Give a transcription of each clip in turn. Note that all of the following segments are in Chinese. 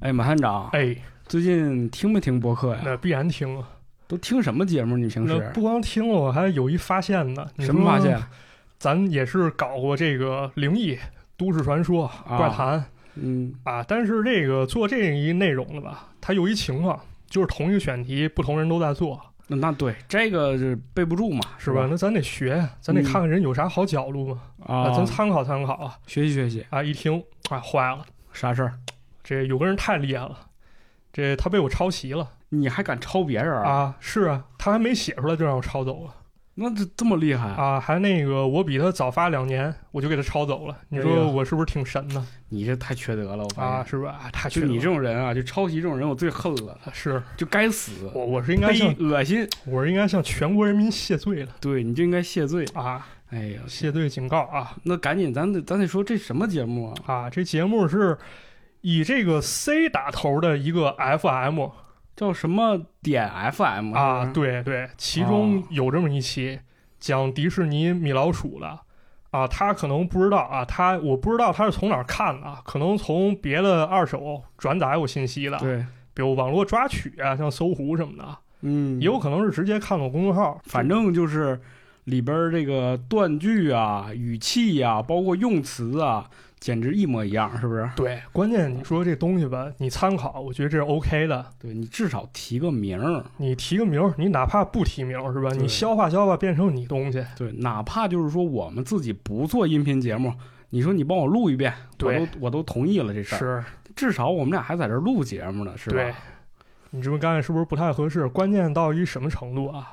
哎，马探长，哎，最近听没听播客呀？那必然听啊。都听什么节目？你平那时不光听了，我还有一发现呢。你什么发说现？？咱也是搞过这个灵异、都市传说、啊怪谈嗯啊，但是这个做这一内容的吧，它有一情况，就是同一个选题，不同人都在做，那那对，这个是背不住嘛，是吧？吧？那咱得学，咱得嗯看看人有啥好角度嘛，啊，咱参考参考啊。学习学习，啊，一听啊，坏了，啥事儿？这有个人太厉害了，这他被我抄袭了你还敢抄别人？啊！是啊，他还没写出来就让我抄走了。那这这么厉害？啊，还那个我比他早发两年，我就给他抄走了。你哎呀说我是不是挺神的你这太缺德了，我发啊？现。是吧？啊太就缺德了你这种人啊，就抄袭这种人，我最恨了，是就该死，我我是应该呸向，恶心！我是应该向全国人民谢罪了对你就应该谢罪。啊！哎呀，谢罪警告啊那赶紧，咱得咱得说这什么节目啊？啊！这节目是以这个 C 打头的一个 FM 叫什么点 FM 是啊，不是对对，其哦中有这么一期讲迪士尼米老鼠的。啊，他可能不知道啊，他我不知道他是从哪儿看的啊，可能从别的二手转载有信息的，对，比如网络抓取啊，像搜狐什么的，嗯，也有可能是直接看我公众号。反正就是里边儿这个断句啊、语气啊，包括用词啊，简直一模一样，是不是？对，关键你说这东西吧，你参考，我觉得这是 OK 的。对你至少提个名儿，你提个名儿，你哪怕不提名儿是吧？对你消化消化，变成你东西。对，哪怕就是说我们自己不做音频节目，你说你帮我录一遍，我对都我都同意了这事儿。是，至少我们俩还在这儿录节目呢，是对吧？。你这么干是不是不太合适？关键到一什么程度啊？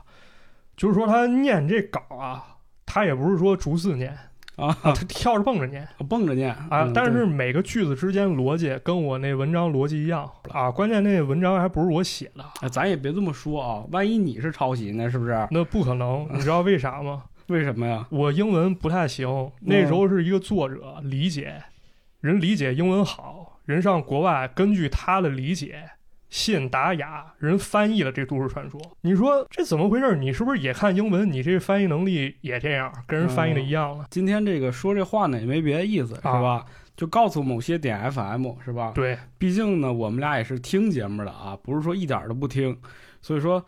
就是说他念这稿啊，他也不是说逐字念，啊，啊，他跳着蹦着念。蹦着念啊，嗯但对是每个句子之间逻辑跟我那文章逻辑一样啊。关键那文章还不是我写的，哎咱也别这么说啊，万一你是抄袭呢，是不是？那不可能，你知道为啥吗？为什么呀？我英文不太行，那时候是一个作者理解，人理解英文好，人上国外根据他的理解信达雅，人翻译了这都市传说。你说这怎么回事？你是不是也看英文？你这翻译能力也这样，跟人翻译的嗯一样了？今天这个说这话呢，也没别的意思，是啊吧？就告诉某些点 FM 是吧？对毕竟呢，我们俩也是听节目的啊，不是说一点儿都不听，所以说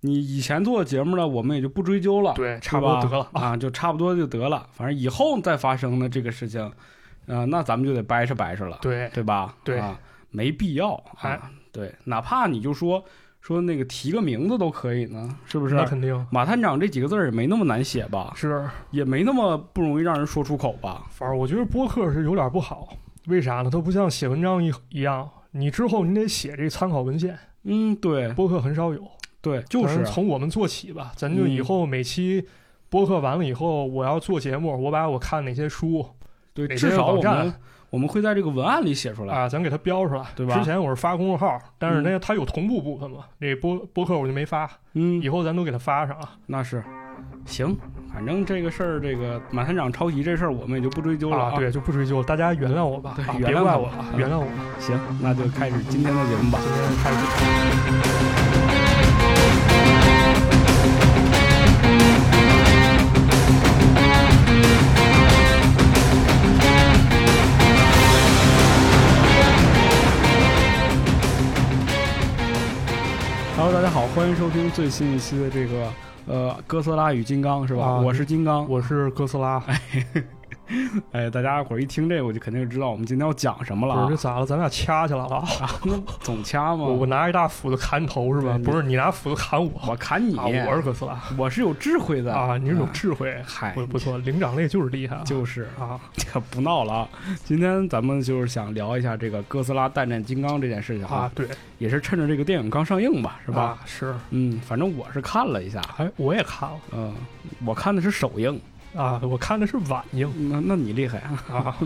你以前做的节目呢，我们也就不追究了，对，是差不多吧得了。啊，就差不多就得了。反正以后再发生的这个事情，呃，那咱们就得掰扯掰扯了，对对吧？对啊，没必要哎啊，对，哪怕你就说说那个提个名字都可以呢，是不是啊那？肯定马探长这几个字儿也没那么难写吧，是。也没那么不容易让人说出口吧？反正我觉得播客是有点不好，为啥呢？它不像写文章一一样，你之后你得写这参考文献，嗯，对播客很少有。对，就是啊咱从我们做起吧，咱嗯就以后每期播客完了以后，我要做节目，我把我看哪些书对，哪些至少我网站们我们会在这个文案里写出来。啊，咱给它标出来，对吧之前我是发公众号，但是呢，它有同步部分嘛，那播播客我就没发，嗯以，后咱都给它发上啊。那是，行，反正这个事儿，这个马探长抄袭这事儿，我们也就不追究了啊，对，就不追究，大家原谅我吧，对啊，原别谅怪我我吧了啊，原谅我吧，行，那就开始今天的节目吧。今天开始。 Hello，大家好，欢迎收听最新一期的这个呃哥斯拉与金刚是吧？啊我是金刚。我是哥斯拉，哎，大家伙儿一听这个，我就肯定知道我们今天要讲什么了啊不是这。咋了？咱俩掐起来 了啊？啊那总掐吗？我我拿一大斧子砍你头是吧对？你不是，你拿斧子砍我，我砍你，啊，我是哥斯拉我是有智慧的啊！你是有智慧，嗨，不不错，灵长类就是厉害啊！就是啊，这不闹了啊！今天咱们就是想聊一下这个哥斯拉大战金刚这件事情啊，，对，也是趁着这个电影刚上映吧，是吧？啊？是，嗯，反正我是看了一下，哎，我也看了嗯、我看的是首映，啊，我看的是晚映那那你厉害啊！ 啊，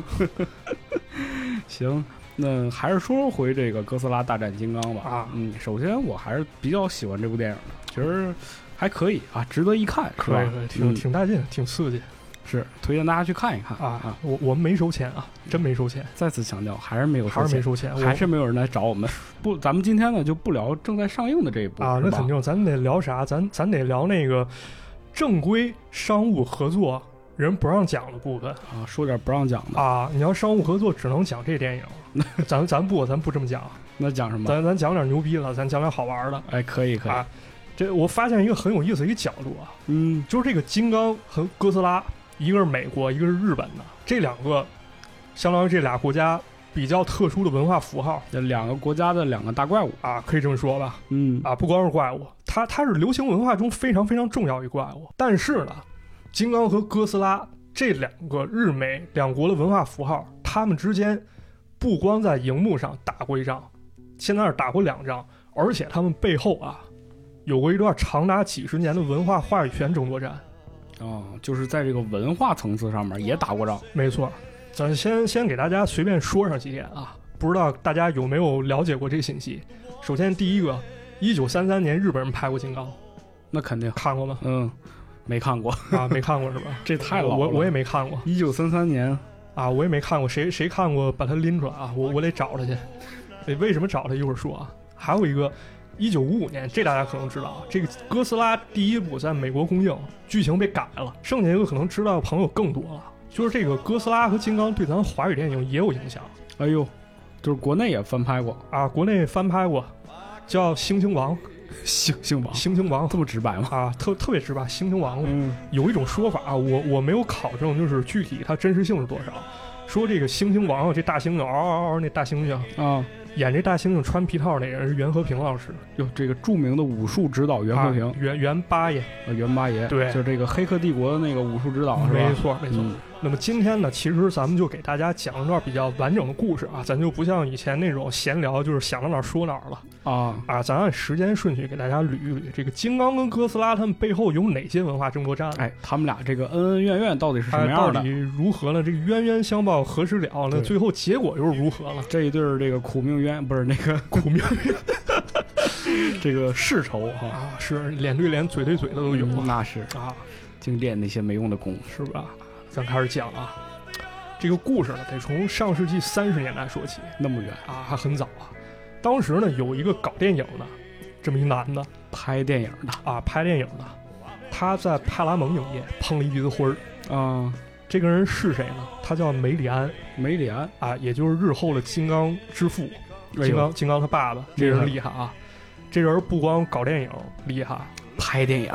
行，那还是说回这个《哥斯拉大战金刚》吧。啊嗯，首先我还是比较喜欢这部电影的，其实还可以啊，值得一看，是 可吧以，可以，挺嗯挺带劲，挺刺激是推荐大家去看一看啊！我我们没收钱啊，真没收钱，再次强调，还是没有还是没说收钱，钱，还是没有人来找我们。不，咱们今天呢就不聊正在上映的这一部我啊，是那吧肯定，咱得聊啥？咱咱得聊那个正规商务合作人不让讲的部分啊，说点不让讲的，啊。你要商务合作，只能讲这电影， 咱咱不咱不这么讲，啊那讲什么？咱咱讲点牛逼了，咱讲点好玩的。哎，可以可以，啊这我发现一个很有意思的一个角度啊，嗯就是这个金刚和哥斯拉，一个是美国，一个是日本的，这两个相当于这俩国家比较特殊的文化符号这两个国家的两个大怪物，啊，可以这么说吧。嗯啊，不光是怪物，它它是流行文化中非常非常重要一怪物。但是呢，金刚和哥斯拉这两个日美两国的文化符号，他们之间不光在荧幕上打过一仗，现在是打过两仗，而且他们背后啊，有过一段长达几十年的文化话语权争夺战。哦，就是在这个文化层次上面也打过仗，没错，咱先先给大家随便说上几点啊，不知道大家有没有了解过这信息。首先第一个，一九三三年日本人拍过《金刚》，那肯定，看过吗？嗯，没看过，啊，没看过是吧？这太老了，我我也没看过一九三三年，啊，我也没看过，谁谁看过把它拎出来啊？我我得找他去。得为什么找他？一会儿说啊。还有一个，一九五五年，这大家可能知道啊，这个哥斯拉第一部在美国公映，剧情被改了。剩下一个可能知道的朋友更多了，就是这个哥斯拉和金刚对咱华语电影也有影响哎呦，就是国内也翻拍过啊。国内翻拍过，叫《猩猩王》， 《猩猩王》，猩猩王这么直白 吗？啊，特特别直白，《猩猩王》嗯，有一种说法啊，我我没有考证，就是具体它真实性是多少。说这个猩猩王啊，这大猩猩嗷嗷嗷那大猩猩，啊，演这大猩猩穿皮套那人是袁和平老师，哟，这个著名的武术指导袁和平啊，袁袁八爷，呃袁八爷，对就是这个《黑客帝国》的那个武术指哦导是没吧？错没错。嗯那么今天呢，其实咱们就给大家讲一段比较完整的故事啊，咱就不像以前那种闲聊，就是想到哪儿说哪儿了啊，啊，咱按时间顺序给大家捋一捋，这个金刚跟哥斯拉他们背后有哪些文化争夺战呢？哎，他们俩这个恩恩怨怨到底是什么哎，到样的？底如何呢？这个冤冤相报何时了？那对最后结果又是如何了？这一对儿这个苦命冤不是那个 苦命冤，这个世仇哈、啊，是脸对脸、嘴对嘴的都有嗯那是啊，净练那些没用的功夫。是吧？咱开始讲啊，这个故事呢，得从上世纪三十年代说起那么远啊，还很早啊。当时呢，有一个搞电影的这么一男的拍电影的啊，拍电影的，他在派拉蒙影业碰了一鼻子灰儿。啊，这个人是谁呢？他叫梅里安梅里安，啊，也就是日后的金刚之父，哎金呦刚金刚他爸爸。这人厉害啊，这人不光搞电影厉害，拍电影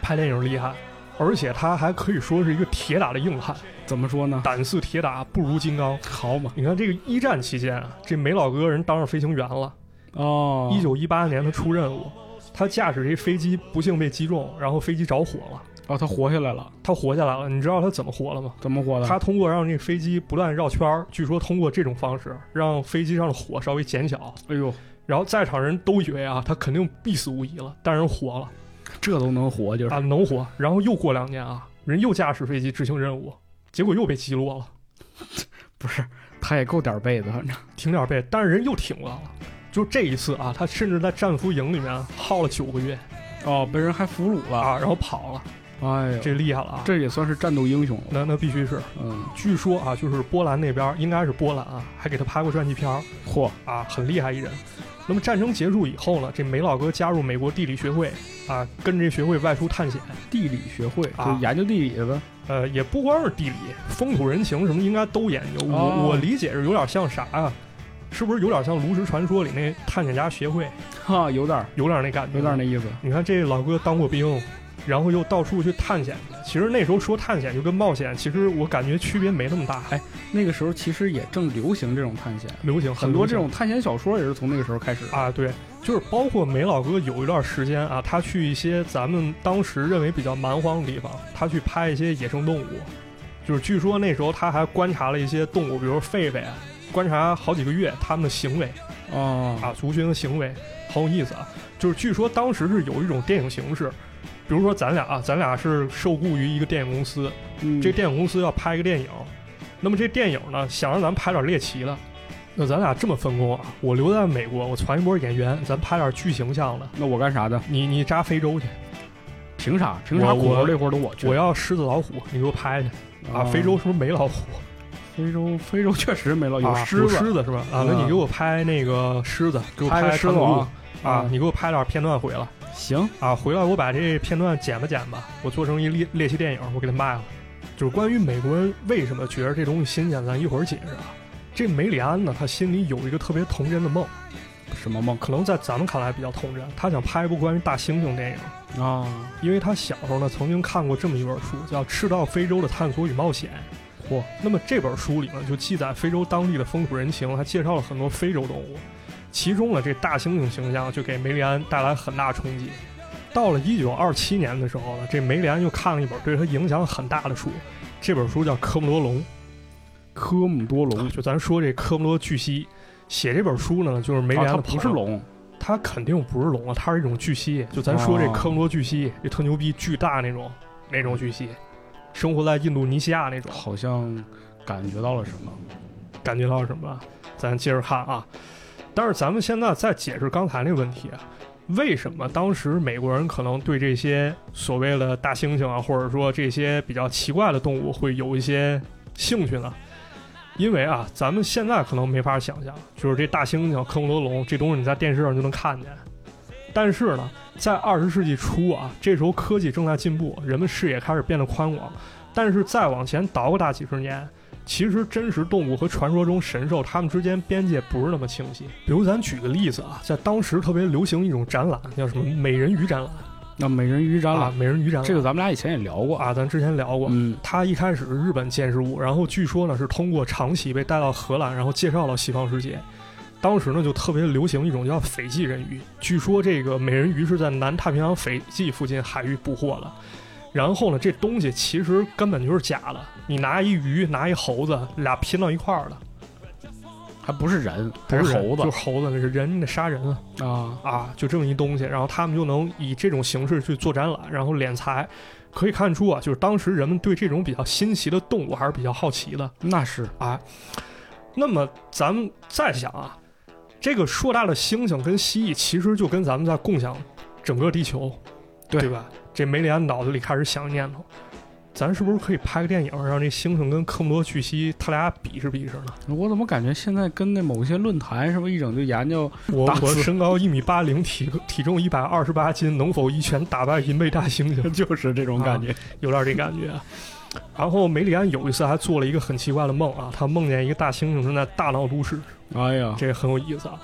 拍电影厉害，而且他还可以说是一个铁打的硬汉，怎么说呢？胆似铁打，不如金刚。好嘛你看这个一战期间啊，这梅老哥人当上飞行员了。哦，一九一八年他出任务，他驾驶这飞机不幸被击中，然后飞机着火了，哦，他活下来了，他活下来了。你知道他怎么活了吗？怎么活的？他通过让这飞机不断绕圈儿，据说通过这种方式让飞机上的火稍微减小，哎呦，然后在场人都以为啊他肯定必死无疑了，但人活了这都能活，就是啊能活。然后又过两年啊，人又驾驶飞机执行任务，结果又被击落了。不是他也够点儿背的，反正挺点儿背，但是人又挺过来了。就这一次啊，他甚至在战俘营里面耗了九个月哦，被人还俘虏了，啊，然后跑了，哎呦，这厉害了啊！这也算是战斗英雄了，那那必须是，嗯，据说啊，就是波兰那边应该是波兰啊，还给他拍过传记片儿嚯，啊，很厉害一人。那么战争结束以后呢，这梅老哥加入美国地理学会啊，跟着这学会外出探险，地理学会就啊是研究地理的呗，呃，也不光是地理，风土人情什么应该都研究。我、哦我理解是有点像啥啊？是不是有点像《炉石传说》里那探险家协会，哈，有点儿有点那感觉？有点儿那意思，你看这老哥当过兵，然后又到处去探险去。其实那时候说探险就跟冒险，其实我感觉区别没那么大，还那个时候其实也正流行这种探险，流行很多流这行种探险小说也是从那个时候开始啊，对，就是包括梅老哥有一段时间啊，他去一些咱们当时认为比较蛮荒的地方，他去拍一些野生动物，就是据说那时候他还观察了一些动物，比如狒狒，观察好几个月他们的行为哦啊，族群的行为，很有意思啊。就是据说当时是有一种电影形式。比如说咱俩啊，咱俩是受雇于一个电影公司，嗯这电影公司要拍一个电影，那么这电影呢，想让咱们拍点猎奇的，那咱俩这么分工啊，我留在美国，我攒一波演员，咱拍点剧情向的，那我干啥的？你你扎非洲去，凭啥？凭啥我苦头我这活儿都我去我要狮子老虎，你给我拍去啊，哦非洲是不是没老虎？非洲非洲确实没了，哦有啊狮子，狮子是吧？啊，那嗯你给我拍那个狮子，给我拍个拍狮子王长颈鹿啊嗯，你给我拍点片段回来行啊，回来我把这片段剪吧剪吧，我做成一猎猎奇电影，我给它卖了。就是关于美国人为什么觉得这东西新鲜，咱一会儿解释啊。这梅里安呢，他心里有一个特别童真的梦，什么梦可能在咱们看来比较童真。他想拍一部关于大猩猩电影，啊？因为他小时候呢曾经看过这么一本书，叫《赤道非洲的探索与冒险》。嚯！那么这本书里呢，就记载非洲当地的风土人情，还介绍了很多非洲动物。其中呢，这大猩猩形象就给梅里安带来很大冲击。到了一九二七年的时候呢，这梅里安又看了一本对他影响很大的书，这本书叫《科莫多龙科姆多》，龙，就咱说这科莫多巨蜥。写这本书呢，就是梅里啊安它的不朋友是龙，它肯定不是龙啊，它是一种巨蜥。就咱说这哦科莫多巨蜥，这特牛逼、巨大那种那种巨蜥，生活在印度尼西亚那种。好像感觉到了什么。感觉到什么？咱接着看啊。但是咱们现在再解释刚才那个问题啊，为什么当时美国人可能对这些所谓的大猩猩啊，或者说这些比较奇怪的动物会有一些兴趣呢？因为啊，咱们现在可能没法想象，就是这大猩猩、科莫多龙这东西，你在电视上就能看见。但是呢，在二十世纪初啊，这时候科技正在进步，人们视野开始变得宽广。但是再往前倒个大几十年，其实真实动物和传说中神兽它们之间边界不是那么清晰。比如咱举个例子啊，在当时特别流行一种展览，叫什么美人鱼展览那美人鱼展啊，览，美人鱼展览这个咱们俩以前也聊过。啊，咱之前聊过。嗯，它一开始是日本建事物，然后据说呢是通过长崎被带到荷兰，然后介绍到西方世界。当时呢就特别流行一种叫斐济人鱼，据说这个美人鱼是在南太平洋斐济附近海域捕获的。然后呢，这东西其实根本就是假的，你拿一鱼拿一猴子俩拼到一块儿的，还不是人，还是不人猴子就是猴子，那是人，那杀人啊啊。啊，就这么一东西，然后他们就能以这种形式去做展览，然后敛财。可以看出啊，就是当时人们对这种比较新奇的动物还是比较好奇的。那是那么咱们再想啊，这个硕大的猩猩跟蜥蜴其实就跟咱们在共享整个地球，对吧？这梅里安脑子里开始想念头，咱是不是可以拍个电影，让这猩猩跟科莫多巨蜥他俩比试比试呢？我怎么感觉现在跟那某些论坛是不是一整就研究 我打我死身高一米八零，体体重一百二十八斤，能否一拳打败银背大猩 猩？就是这种感觉有点这感觉。啊然后梅里安有一次还做了一个很奇怪的梦啊，他梦见一个大猩猩正在大闹都市，哎呀，这很有意思啊。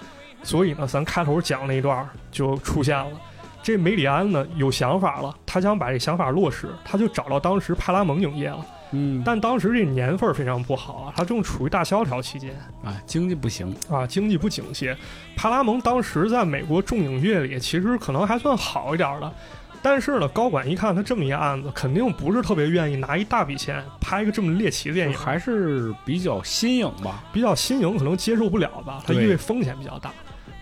所以呢，咱开头讲那一段儿就出现了。这梅里安呢有想法了，他想把这想法落实，他就找到当时派拉蒙影业了。嗯，但当时这年份儿非常不好啊，他正处于大萧条期间哎，经济不行，啊，经济不景气。派拉蒙当时在美国重影业里其实可能还算好一点儿的，但是呢，高管一看他这么一案子，肯定不是特别愿意拿一大笔钱拍一个这么猎奇的电影，还是比较新颖吧。比较新颖，可能接受不了吧，它对因为风险比较大。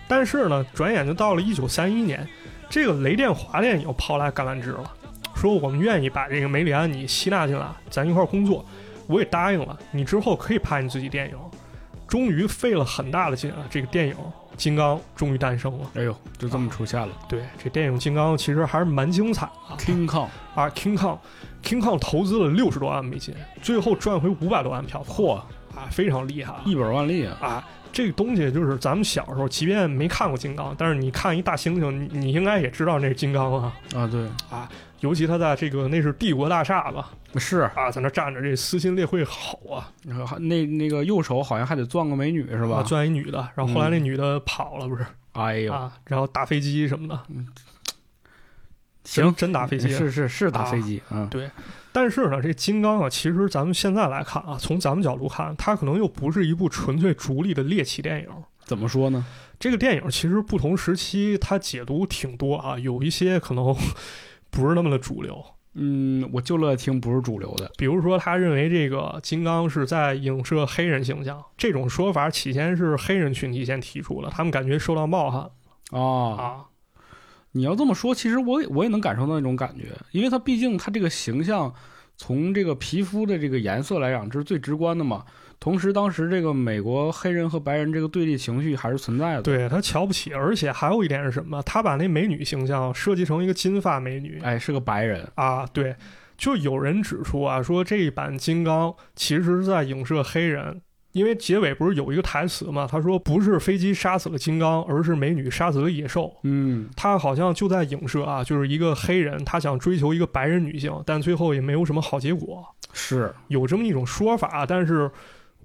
但是呢，转眼就到了一九三一年，这个雷电华电又抛来橄榄枝了，说我们愿意把这个梅里安你吸纳进来，咱一块儿工作。我也答应了，你之后可以拍你自己电影。终于费了很大的劲啊，这个电影《金刚》终于诞生了。哎呦，就这么出现了对，这电影《金刚》其实还是蛮精彩的啊。 ，King Kong，啊，King Kong，King Kong 投资了六十多万美金，最后赚回五百多万票房，嚯，啊，非常厉害啊。 一本万利啊！啊，这个东西就是咱们小时候，即便没看过金刚，但是你看一大猩猩，你你应该也知道那是金刚啊。啊，对，尤其他在这个那是帝国大厦吧，是啊，在那站着这撕心裂肺吼啊，还那那个右手好像还得攥个美女是啊吧？嗯钻一女的，然后后来那女的跑了，不是、哎呦，啊，然后打飞机什么的，行真，真打飞机。是是是打飞机，嗯，但是呢，这金刚啊，其实咱们现在来看啊，从咱们角度看，它可能又不是一部纯粹逐利的猎奇电影。怎么说呢？这个电影其实不同时期它解读挺多啊，有一些可能 不是那么的主流。嗯，我就乐听不是主流的，比如说，他认为这个金刚是在影射黑人形象，这种说法起先是黑人群体先提出了，他们感觉受到冒犯啊，啊。你要这么说，其实我也我也能感受到那种感觉，因为它毕竟它这个形象，从这个皮肤的这个颜色来讲，这是最直观的嘛。同时，当时这个美国黑人和白人这个对立情绪还是存在的。，对他瞧不起，而且还有一点是什么？他把那美女形象设计成一个金发美女哎，是个白人，啊，对。就有人指出啊，说这一版金刚其实是在影射黑人，因为结尾不是有一个台词嘛？他说不是飞机杀死了金刚，而是美女杀死了野兽。嗯，他好像就在影射啊，就是一个黑人，他想追求一个白人女性，但最后也没有什么好结果。是，有这么一种说法，但是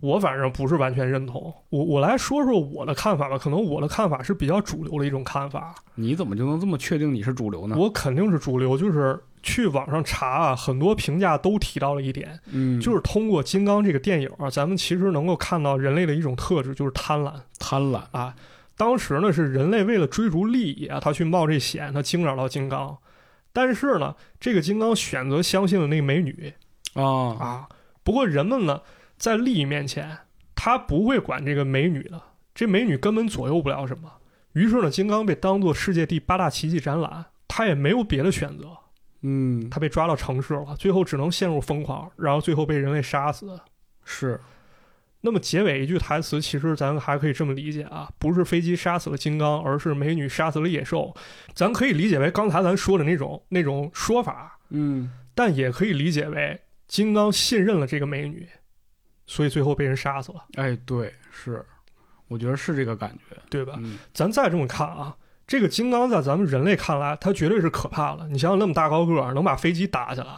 我反正不是完全认同。我我来说说我的看法吧，可能我的看法是比较主流的一种看法。你怎么就能这么确定你是主流呢？我肯定是主流，就是去网上查啊，很多评价都提到了一点，嗯，就是通过《金刚》这个电影啊，咱们其实能够看到人类的一种特质，就是贪婪贪婪，啊。当时呢，是人类为了追逐利益啊，他去冒这险，他惊扰到金刚。但是呢，这个金刚选择相信了那美女啊啊。不过人们呢，在利益面前，他不会管这个美女的，这美女根本左右不了什么。于是呢，金刚被当做世界第八大奇迹展览，他也没有别的选择。嗯，他被抓到城市了，最后只能陷入疯狂，然后最后被人类杀死。是，那么结尾一句台词，其实咱还可以这么理解啊，不是飞机杀死了金刚，而是美女杀死了野兽。咱可以理解为刚才咱说的那种那种说法，嗯，但也可以理解为金刚信任了这个美女，所以最后被人杀死了，哎，对，是，我觉得是这个感觉，对吧？嗯，咱再这么看啊，这个金刚在咱们人类看来，它绝对是可怕了。你想想，那么大高个儿能把飞机打下来，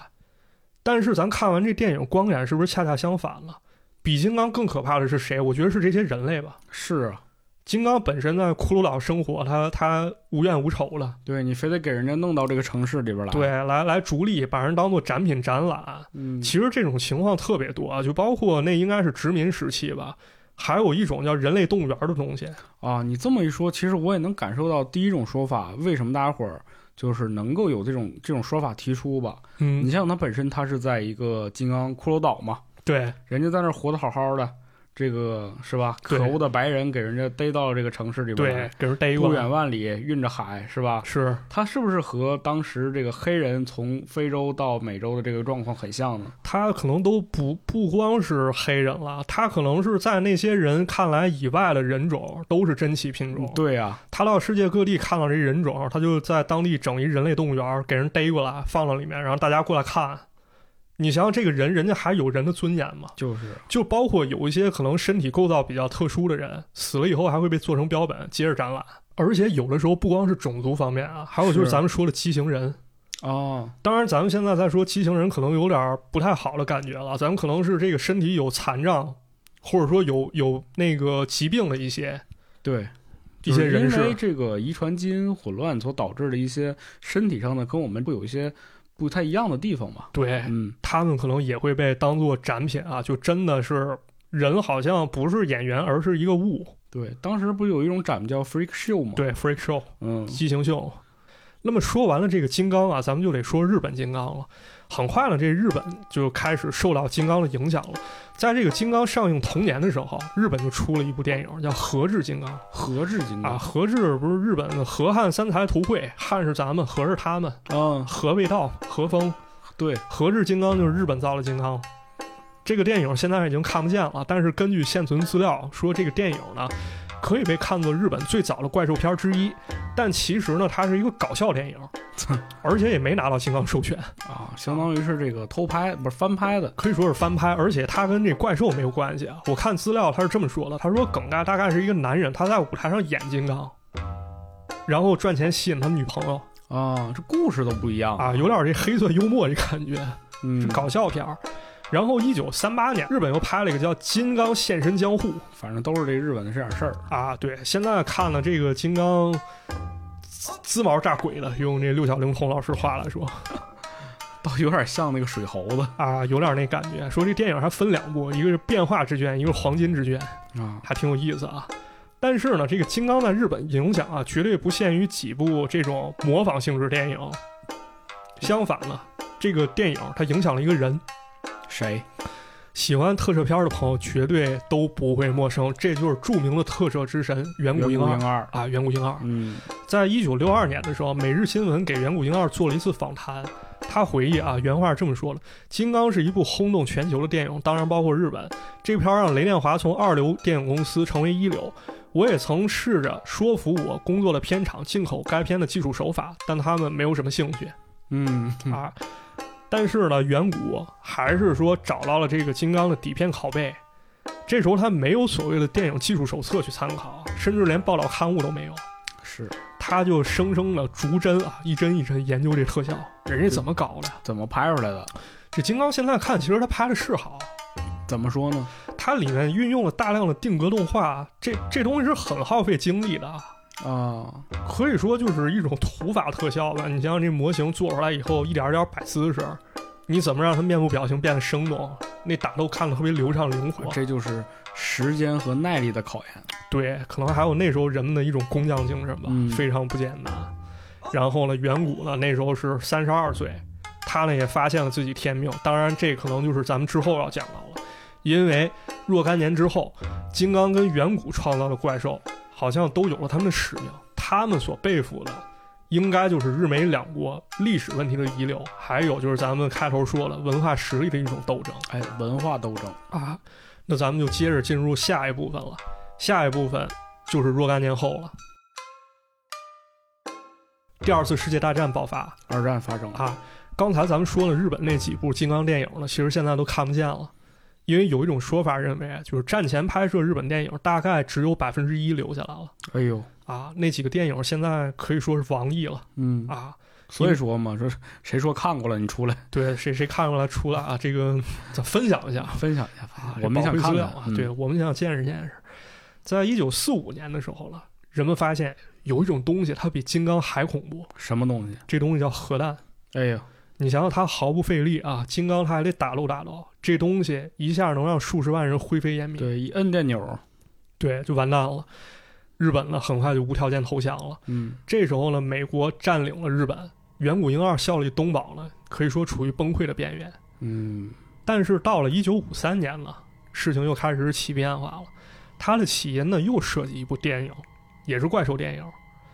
但是咱看完这电影，观感是不是恰恰相反了？比金刚更可怕的是谁？我觉得是这些人类吧。是啊，金刚本身在骷髅岛生活，他他无怨无仇了，对你非得给人家弄到这个城市里边来，对，，来来逐利，把人当做展品展览。嗯，其实这种情况特别多啊，就包括那应该是殖民时期吧，还有一种叫人类动物园的东西。啊，你这么一说，其实我也能感受到第一种说法，为什么大家伙儿就是能够有这种这种说法提出吧？你嗯，像它本身，它是在一个金刚骷髅岛嘛，对，人家在那儿活得好好的，这个是吧？对可恶的白人给人家逮到了这个城市里边对来，，给人逮过不来远万里运着海是吧？是。它是不是和当时这个黑人从非洲到美洲的这个状况很像呢？他可能都不不光是黑人了，他可能是在那些人看来以外的人种都是珍奇品种。嗯对啊呀、他到世界各地看到这人种，他就在当地整一人类动物园，给人逮过来放到里面，然后大家过来看。你想想，这个人人家还有人的尊严吗？就是就包括有一些可能身体构造比较特殊的人，死了以后还会被做成标本，接着展览。而且有的时候不光是种族方面啊，还有就是是咱们说的畸形人，哦，当然，咱们现在在说畸形人，可能有点儿不太好的感觉了。咱们可能是这个身体有残障，或者说有有那个疾病的一些对，一些人就是因为士。这个遗传基因混乱所导致的一些身体上的跟我们会有一些不太一样的地方嘛。对嗯，他们可能也会被当做展品啊，就真的是人好像不是演员，而是一个物。对，当时不是有一种展叫 freak show 吗？，对，freak show 嗯，畸形秀。那么说完了这个金刚啊，咱们就得说日本金刚了。很快呢，这日本就开始受到金刚的影响了。在这个金刚上映同年的时候，日本就出了一部电影叫《和制金刚》。和制金啊，刚，和制不是日本的和汉三才图会，汉是咱们，和是他们，嗯，和味道，和风，对，和制金刚就是日本造的金刚。这个电影现在已经看不见了，但是根据现存资料说，这个电影呢，可以被看作日本最早的怪兽片之一。但其实呢，它是一个搞笑电影，而且也没拿到金刚授权，啊，相当于是这个偷拍不是翻拍的，可以说是翻拍。而且它跟这怪兽没有关系啊。我看资料，他是这么说的：他说梗概大概是一个男人，他在舞台上演金刚，然后赚钱吸引他女朋友。啊，这故事都不一样，啊，有点这黑色幽默这感觉，嗯是，搞笑片儿。然后，一九三八年，日本又拍了一个叫《金刚现身江户》反正都是这日本的这点事儿，啊，对，现在看了这个金刚滋滋毛炸鬼的，用这六小龄童老师话来说倒有点像那个水猴子啊，有点那感觉。说这电影还分两部，一个是变化之卷，一个是黄金之卷，啊，还挺有意思啊。但是呢，这个金刚在日本影响啊，绝对不限于几部这种模仿性质电影。相反呢，这个电影它影响了一个人，谁？喜欢特摄片的朋友绝对都不会陌生，这就是著名的特摄之神远古元婴二二，啊，远古婴二。嗯，在一九六二年的时候，《每日新闻》给远古婴二做了一次访谈，他回忆啊，原话是这么说的：“金刚是一部轰动全球的电影，当然包括日本。这片儿让雷电华从二流电影公司成为一流。我也曾试着说服我工作的片场进口该片的技术手法，但他们没有什么兴趣。”嗯，啊。但是呢，远古还是说找到了这个金刚的底片拷贝，这时候他没有所谓的电影技术手册去参考，甚至连报道刊物都没有，是他就生生的逐帧啊，一帧一帧研究这特效，人家怎么搞的？怎么拍出来的？这金刚现在看，其实他拍的是好，怎么说呢？它里面运用了大量的定格动画，这这东西是很耗费精力的，啊，可以说就是一种土法特效吧。你想想这模型做出来以后，一点儿点儿摆姿势，你怎么让它面部表情变得生动？那打斗看得特别流畅灵活，这就是时间和耐力的考验。对，可能还有那时候人们的一种工匠精神吧，嗯非常不简单。然后呢，远古呢那时候是三十二岁，他呢也发现了自己天命。当然，这可能就是咱们之后要讲到了，因为若干年之后，金刚跟远古创造的怪兽好像都有了他们的使命，他们所背负的。应该就是日美两国历史问题的遗留，还有就是咱们开头说了文化实力的一种斗争。哎，文化斗争，啊，那咱们就接着进入下一部分了。下一部分就是若干年后了，第二次世界大战爆发二战发生了，啊。刚才咱们说了日本那几部金刚电影呢，其实现在都看不见了，因为有一种说法认为，啊就是战前拍摄日本电影大概只有百分之一留下来了哎呦，啊。那几个电影现在可以说是亡佚了嗯，啊。所以说嘛，说谁说看过了你出来对，谁谁看过来出来啊？这个咱分享一下。分享一下，啊，我们宝想贵资看料看啊，嗯对我们想见识见识。在一九四五年的时候了，人们发现有一种东西，它比金刚还恐怖，什么东西？这东西叫核弹。哎呦，你想想，它毫不费力啊，金刚它还得打漏打漏，这东西一下能让数十万人灰飞烟灭，对，一摁键钮，对，就完蛋了。日本呢，很快就无条件投降了。嗯，这时候呢，美国占领了日本，远古婴二效力东宝呢，可以说处于崩溃的边缘。嗯，但是到了一九五三年了，事情又开始起变化了。它的起因呢，又涉及一部电影，也是怪兽电影。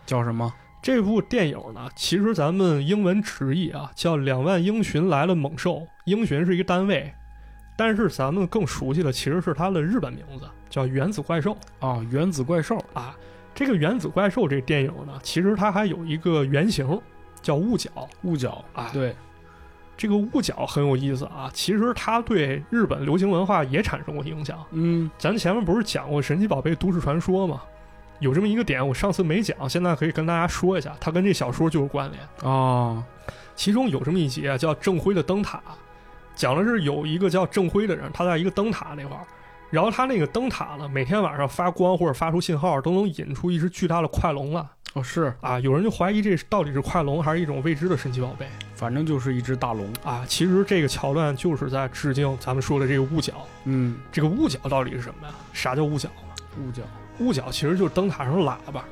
叫什么？这部电影呢，其实咱们英文直译啊，叫《两万英寻来了猛兽》，英寻是一个单位，但是咱们更熟悉的其实是它的日本名字，叫《原子怪兽》哦，原子怪兽，啊。这个《原子怪兽》这电影呢，其实它还有一个原型，叫雾角。雾角啊对，这个雾角很有意思啊，其实它对日本流行文化也产生过影响。嗯，咱前面不是讲过《神奇宝贝都市传说》吗？有这么一个点，我上次没讲，现在可以跟大家说一下，它跟这小说就有关联。哦，其中有这么一集啊，叫《郑辉的灯塔》，讲的是有一个叫郑辉的人，他在一个灯塔那块儿，然后他那个灯塔呢，每天晚上发光或者发出信号，都能引出一只巨大的快龙来哦是，啊！有人就怀疑这到底是快龙还是一种未知的神奇宝贝反正就是一只大龙，啊！其实这个桥段就是在致敬咱们说的这个雾角。嗯，这个雾角到底是什么呀？啥叫雾角？雾角，雾角其实就是灯塔上的喇叭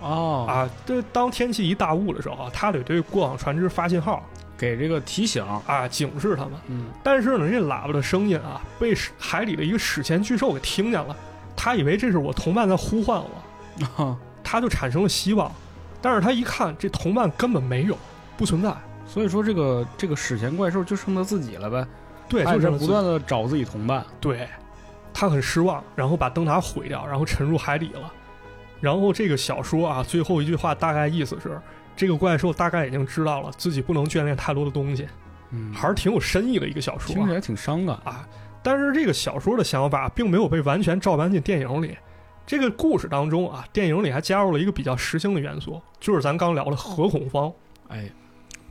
哦，啊。这当天气一大雾的时候啊，它得对过往船只发信号给这个提醒，啊，警示他们。嗯，但是呢，这喇叭的声音啊，被史海里的一个史前巨兽给听见了，他以为这是我同伴在呼唤我，哈，他就产生了希望。但是他一看，这同伴根本没有，不存在。 所以说这个这个史前怪兽就剩他自己了呗，对，他就也是在不断的找自己同伴，对，他很失望，然后把灯塔毁掉，然后沉入海底了。然后这个小说啊，最后一句话大概意思是，这个怪兽大概已经知道了自己不能眷恋太多的东西，嗯，还是挺有深意的一个小说听啊、起来挺伤感，但是这个小说的想法并没有被完全照搬进电影里。这个故事当中啊，电影里还加入了一个比较时兴的元素，就是咱刚聊的核恐慌。哎，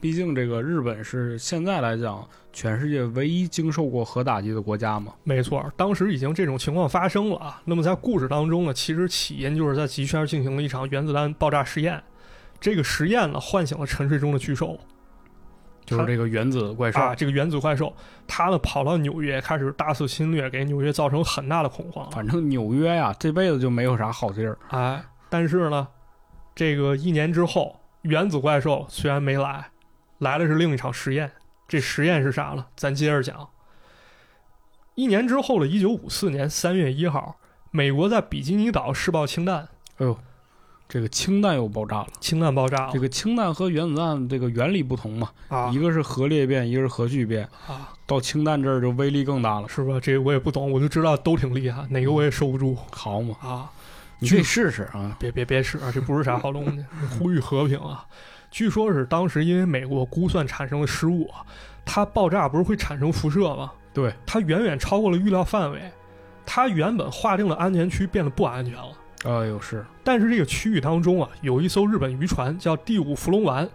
毕竟这个日本是现在来讲全世界唯一经受过核打击的国家嘛，没错，当时已经这种情况发生了啊。那么在故事当中呢，其实起因就是在极圈进行了一场原子弹爆炸实验。这个实验呢，唤醒了沉睡中的巨兽就是这个原子怪兽，啊，这个原子怪兽，它呢跑到纽约，开始大肆侵略，给纽约造成很大的恐慌。反正纽约呀、这辈子就没有啥好地儿，哎，但是呢，这个一年之后，原子怪兽虽然没来，来的是另一场实验。这实验是啥呢？咱接着讲。一年之后的一九五四年三月一号，美国在比基尼岛试爆氢弹，这个氢弹又爆炸了。氢弹爆炸了这个氢弹和原子弹这个原理不同嘛，啊一个是核裂变，一个是核聚变，啊！到氢弹这儿就威力更大了，是吧？这我也不懂，我就知道都挺厉害，哪个我也收不住好嘛，啊。你可以试试啊。别别别使啊，这不是啥好东西，呼吁和平啊！据说是当时因为美国估算产生了失误啊，它爆炸不是会产生辐射吗？对，它远远超过了预料范围。它原本划定的安全区变得不安全了。哎呦是，但是这个区域当中啊，有一艘日本渔船叫第五福龙丸，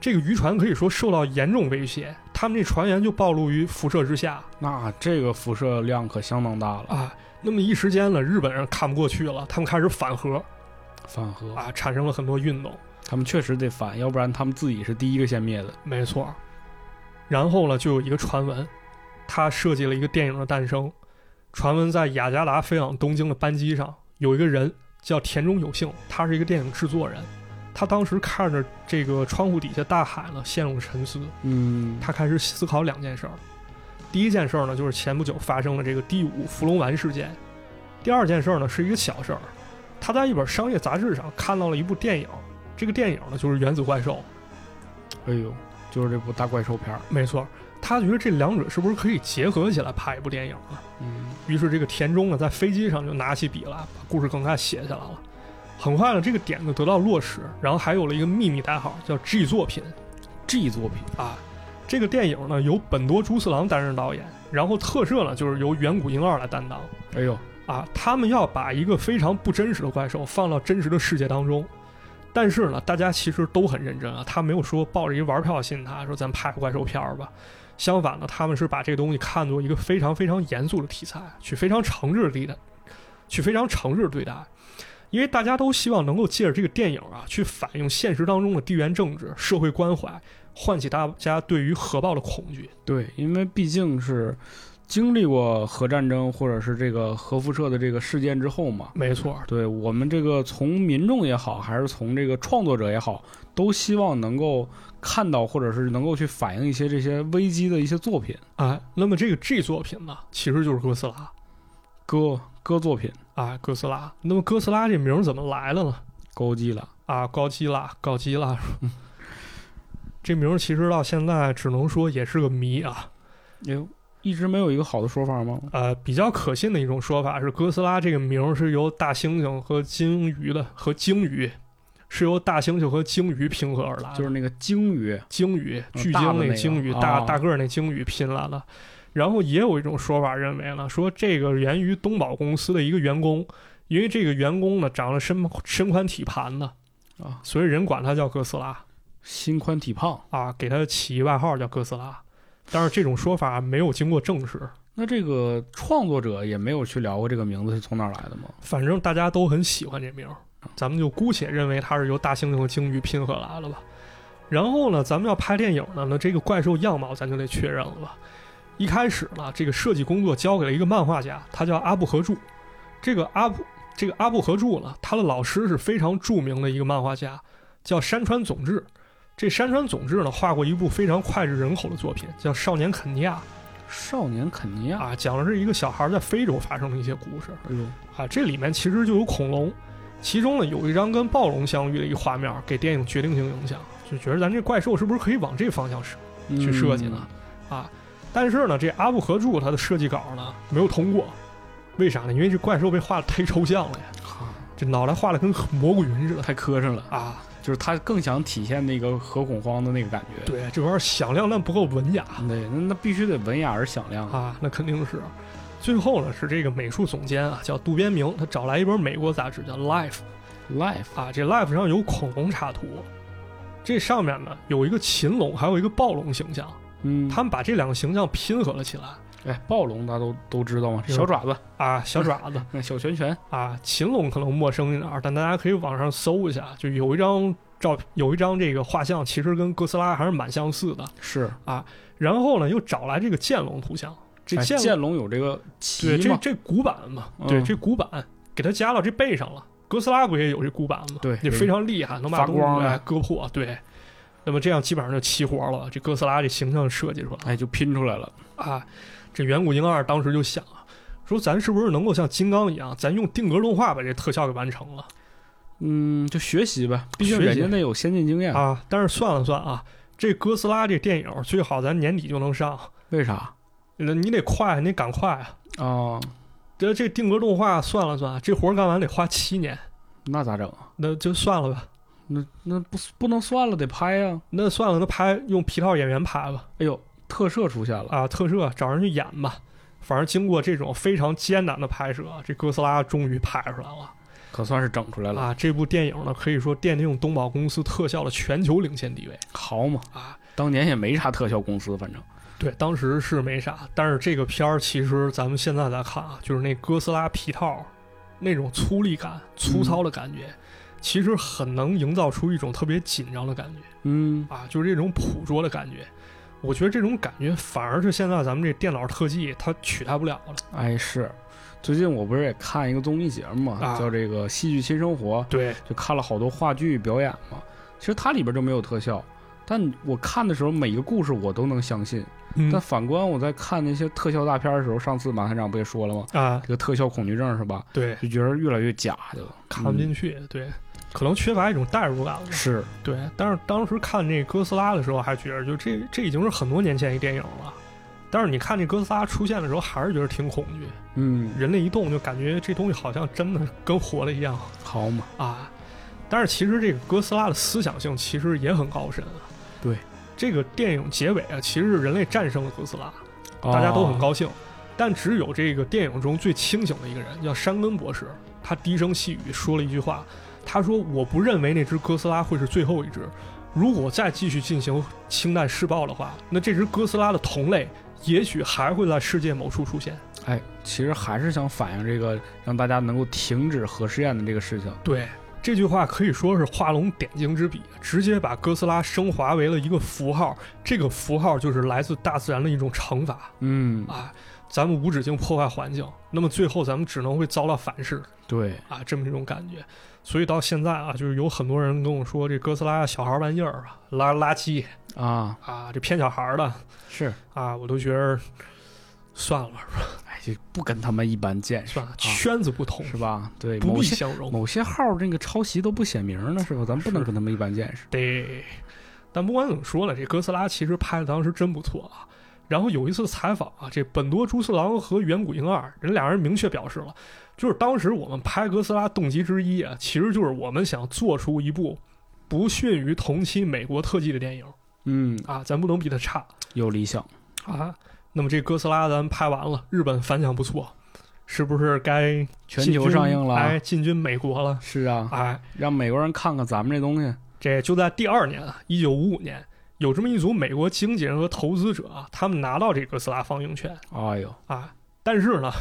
这个渔船可以说受到严重威胁，他们这船员就暴露于辐射之下那这个辐射量可相当大了，啊。那么一时间呢，日本人看不过去了，他们开始反核反核，啊，产生了很多运动。他们确实得反，要不然他们自己是第一个先灭的。没错。然后呢，就有一个传闻，他设计了一个电影的诞生。传闻在雅加达飞往东京的班机上，有一个人叫田中有幸，他是一个电影制作人。他当时看着这个窗户底下大海呢，陷入沉思。嗯，他开始思考两件事儿。第一件事儿呢，就是前不久发生的这个第五福龙丸事件；第二件事儿呢，是一个小事儿。他在一本商业杂志上看到了一部电影，这个电影呢就是《原子怪兽》。哎呦，就是这部大怪兽片儿。没错，他觉得这两者是不是可以结合起来拍一部电影呢？嗯，于是这个田中呢，在飞机上就拿起笔来，把故事梗概写下来了。很快呢，这个点子得到落实，然后还有了一个秘密代号，叫 G 作品。 G 作品啊。这个电影呢由本多朱四郎担任导演，然后特摄呢就是由远古英二来担当哎呦，啊。他们要把一个非常不真实的怪兽放到真实的世界当中，但是呢，大家其实都很认真啊，他没有说抱着一玩票的心态说咱拍个怪兽片儿吧。相反呢，他们是把这个东西看作一个非常非常严肃的题材，去非常诚挚地对待，去非常诚挚地对待，因为大家都希望能够借着这个电影啊，去反映现实当中的地缘政治、社会关怀，唤起大家对于核爆的恐惧。对，因为毕竟是经历过核战争或者是这个核辐射的这个事件之后嘛，没错，对我们这个从民众也好，还是从这个创作者也好，都希望能够看到或者是能够去反映一些这些危机的一些作品，哎，那么这个 G 作品呢，其实就是哥斯拉歌歌作品啊，哥斯拉。那么哥斯拉这名儿怎么来的呢？勾稽了。啊，高基拉，高基拉，嗯这名儿其实到现在只能说也是个谜啊。哎呦，一直没有一个好的说法吗？呃，比较可信的一种说法是，哥斯拉这个名儿是由大猩猩和鲸鱼的和鲸鱼，是由大猩猩和鲸鱼拼合而来的，就是那个鲸鱼，鲸鱼，巨嗯大的鲸那个鲸鱼，哦大大个儿那鲸鱼拼来的。然后也有一种说法认为呢，说这个源于东宝公司的一个员工，因为这个员工呢长了身身宽体盘的啊，所以人管他叫哥斯拉心宽体胖。啊，给他起一外号叫哥斯拉。但是这种说法没有经过证实，那这个创作者也没有去聊过这个名字是从哪儿来的吗？反正大家都很喜欢这名儿，咱们就姑且认为它是由大猩猩和鲸鱼拼合来了吧。然后呢，咱们要拍电影呢，那这个怪兽样貌咱就得确认了吧。一开始呢，这个设计工作交给了一个漫画家，他叫阿部和助。这个阿部，这个阿部和助呢，他的老师是非常著名的一个漫画家，叫山川总治。这山川总治呢，画过一部非常脍炙人口的作品，叫《少年肯尼亚少年肯尼》亚。啊，讲的是一个小孩在非洲发生的一些故事。哎呦，啊，这里面其实就有恐龙，其中呢有一张跟暴龙相遇的一个画面，给电影决定性影响，就觉得咱这怪兽是不是可以往这方向去去设计呢？嗯啊，但是呢，这阿布合助他的设计稿呢没有通过，为啥呢？因为这怪兽被画的太抽象了呀，嗯？哈这脑袋画的跟蘑菇云似的太磕碜了，啊。就是他更想体现那个核恐慌的那个感觉。对，这玩意儿响亮但不够文雅对，那那必须得文雅而响亮。啊，那肯定是。最后呢，是这个美术总监啊，叫渡边明，他找来一本美国杂志叫《Life》。 Life，啊，这 Life 上有恐龙插图，这上面呢有一个禽龙，还有一个暴龙形象，嗯，他们把这两个形象拼合了起来哎，暴龙大家都都知道吗？嗯小爪子，啊，小爪子那小拳拳，啊，禽龙可能陌生一点儿，但大家可以网上搜一下，就有一张照，有一张这个画像，其实跟哥斯拉还是蛮相似的。是然后呢，又找来这个剑龙图像，这哎剑龙、剑龙有这个对鳍这嘛？这骨板嘛，对嗯这骨板给它加到这背上了。哥斯拉不也有这骨板吗？对也非常厉害，能把发东西光啊的哎割破。对，那么这样基本上就齐活了。这哥斯拉这形象设计出来哎，就拼出来了。啊，这远古婴二当时就想啊，说咱是不是能够像金刚一样，咱用定格动画把这特效给完成了嗯，就学习呗，毕竟学习人家那有先进经验。啊？但是算了算啊，这哥斯拉这电影最好咱年底就能上，为啥？那你得快，你得赶快啊！哦，这这定格动画算了算，啊这活儿干完得花七年，那咋整啊？那就算了吧。那那不不能算了，得拍啊呀、那算了，那拍用皮套演员拍吧，啊哎呦，特摄出现了，啊，特摄找人去演吧。反而经过这种非常艰难的拍摄，这哥斯拉终于拍出来了。可算是整出来了，啊，这部电影呢，可以说奠定东宝公司特效的全球领先地位好嘛！啊。当年也没啥特效公司，反正对，当时是没啥，但是这个片儿其实咱们现在来看啊，就是那哥斯拉皮套那种粗粝感、粗糙的感觉，其实很能营造出一种特别紧张的感觉嗯，啊，就是这种捕捉的感觉。我觉得这种感觉反而是现在咱们这电脑特技它取代不了了。哎是。最近我不是也看一个综艺节目嘛，啊叫这个《戏剧新生活》，对，就看了好多话剧表演嘛。其实它里边就没有特效，但我看的时候每一个故事我都能相信。嗯但反观我在看那些特效大片的时候，上次马探长不也说了吗？啊，这个特效恐惧症是吧？对，就觉得越来越假的了，看不进嗯去，对，可能缺乏一种代入感了。是，对，但是当时看这哥斯拉的时候，还觉得就这这已经是很多年前一电影了。但是你看这哥斯拉出现的时候，还是觉得挺恐惧。嗯，人类一动，就感觉这东西好像真的跟活了一样好嘛，啊。但是其实这个哥斯拉的思想性其实也很高深啊。对，这个电影结尾啊，其实是人类战胜了哥斯拉，大家都很哦高兴。但只有这个电影中最清醒的一个人，叫山根博士，他低声细语说了一句话，他说：“我不认为那只哥斯拉会是最后一只，如果再继续进行氢弹试爆的话，那这只哥斯拉的同类也许还会在世界某处出现。哎，其实还是想反映这个让大家能够停止核试验的这个事情。”对，这句话可以说是画龙点睛之笔，直接把哥斯拉升华为了一个符号，这个符号就是来自大自然的一种惩罚。嗯，啊，咱们无止境破坏环境，那么最后咱们只能会遭到反噬对，啊，这么一种感觉。所以到现在啊，就是有很多人跟我说，这哥斯拉小孩玩意儿啊，垃垃圾啊，啊，这骗小孩的是，啊，我都觉得算了吧哎，就不跟他们一般见识，算了，圈子不同，啊是吧？对，不某必些相容。某些号那个抄袭都不写名呢，是吧？咱们不能是跟他们一般见识。对，但不管怎么说了，这哥斯拉其实拍的当时真不错啊。然后有一次采访啊，这本多猪次郎和远古英二人俩人明确表示了，就是当时我们拍哥斯拉动机之一啊，其实就是我们想做出一部不逊于同期美国特技的电影嗯，啊，咱不能比它差有理想，啊。那么这哥斯拉咱们拍完了，日本反响不错，是不是该全进球军上映了。啊哎，进军美国了，是啊，哎，让美国人看看咱们这东西。这就在第二年，啊一九五五年，有这么一组美国经纪人和投资者啊，他们拿到这哥斯拉放映权哎呦，啊，但是呢，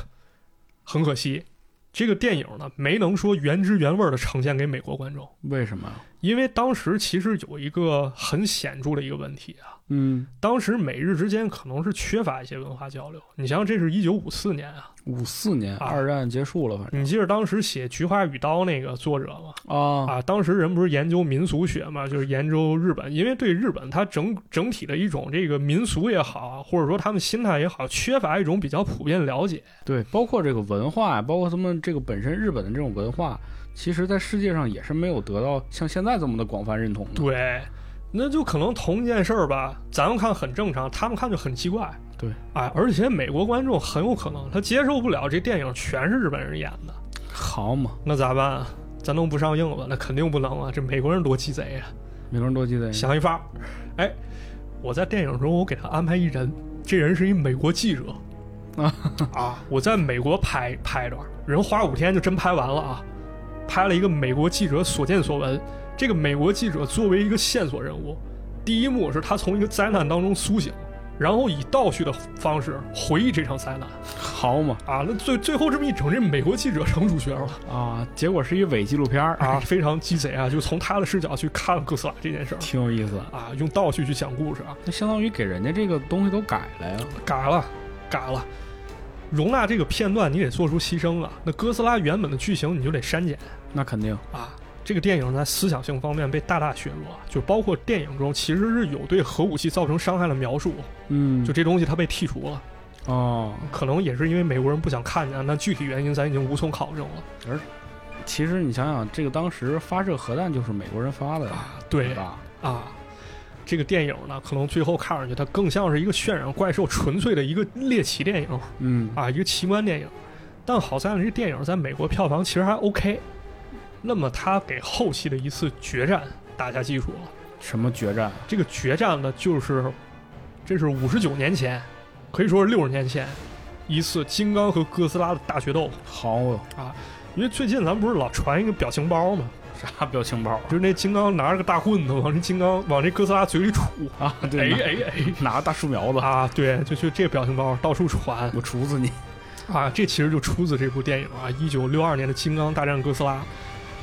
很可惜，这个电影呢没能说原汁原味的呈现给美国观众，为什么呀？因为当时其实有一个很显著的一个问题啊，嗯，当时美日之间可能是缺乏一些文化交流。你想想，这是一九五四年啊，五四年啊二战结束了，反你记得当时写《菊花与刀》那个作者吗？正啊，啊，当时人不是研究民俗学嘛，就是研究日本，因为对日本它整整体的一种这个民俗也好啊，或者说他们心态也好，缺乏一种比较普遍了解。对，包括这个文化，包括他们这个本身日本的这种文化，其实在世界上也是没有得到像现在这么的广泛认同的。对，那就可能同一件事儿吧，咱们看很正常，他们看就很奇怪。对，哎，而且美国观众很有可能他接受不了这电影全是日本人演的，好嘛，那咋办啊？咱能不上映吗？那肯定不能啊！这美国人多鸡贼啊！美国人多鸡贼，想一法儿，哎，我在电影中我给他安排一人，这人是一美国记者，啊 啊，我在美国拍拍的，人花五天就真拍完了啊，拍了一个美国记者所见所闻。这个美国记者作为一个线索人物，第一幕是他从一个灾难当中苏醒，然后以倒叙的方式回忆这场灾难好嘛啊，那最最后这么一整，这美国记者成主角了。啊，结果是一伪纪录片儿啊，， 非常鸡贼啊！就从他的视角去看哥斯拉这件事儿挺有意思。啊，用倒叙去讲故事啊，那相当于给人家这个东西都改了呀。改了，改了。容纳这个片段，你得做出牺牲啊。那哥斯拉原本的剧情，你就得删减那肯定，啊。这个电影在思想性方面被大大削弱，啊就包括电影中其实是有对核武器造成伤害的描述，嗯，就这东西它被剔除了，哦，可能也是因为美国人不想看见，那具体原因咱已经无从考证了其实你想想，这个当时发射核弹就是美国人发的，啊。对吧？啊，这个电影呢，可能最后看上去它更像是一个渲染怪兽纯粹的一个猎奇电影，嗯，啊，一个奇观电影。但好在呢，这电影在美国票房其实还 OK。那么它给后期的一次决战打下基础了。什么决战？这个决战呢，就是这是五十九年前，可以说是六十年前，一次金刚和哥斯拉的大决斗。好哟，因为最近咱们不是老传一个表情包吗？啥表情包啊就是那金刚拿着个大棍子往这金刚往这哥斯拉嘴里杵， 啊？哎对，拿哎哎拿个大树苗子，啊！对，就就这个表情包到处传我处死你！啊！这其实就出自这部电影啊，一九六二年的《金刚大战哥斯拉》。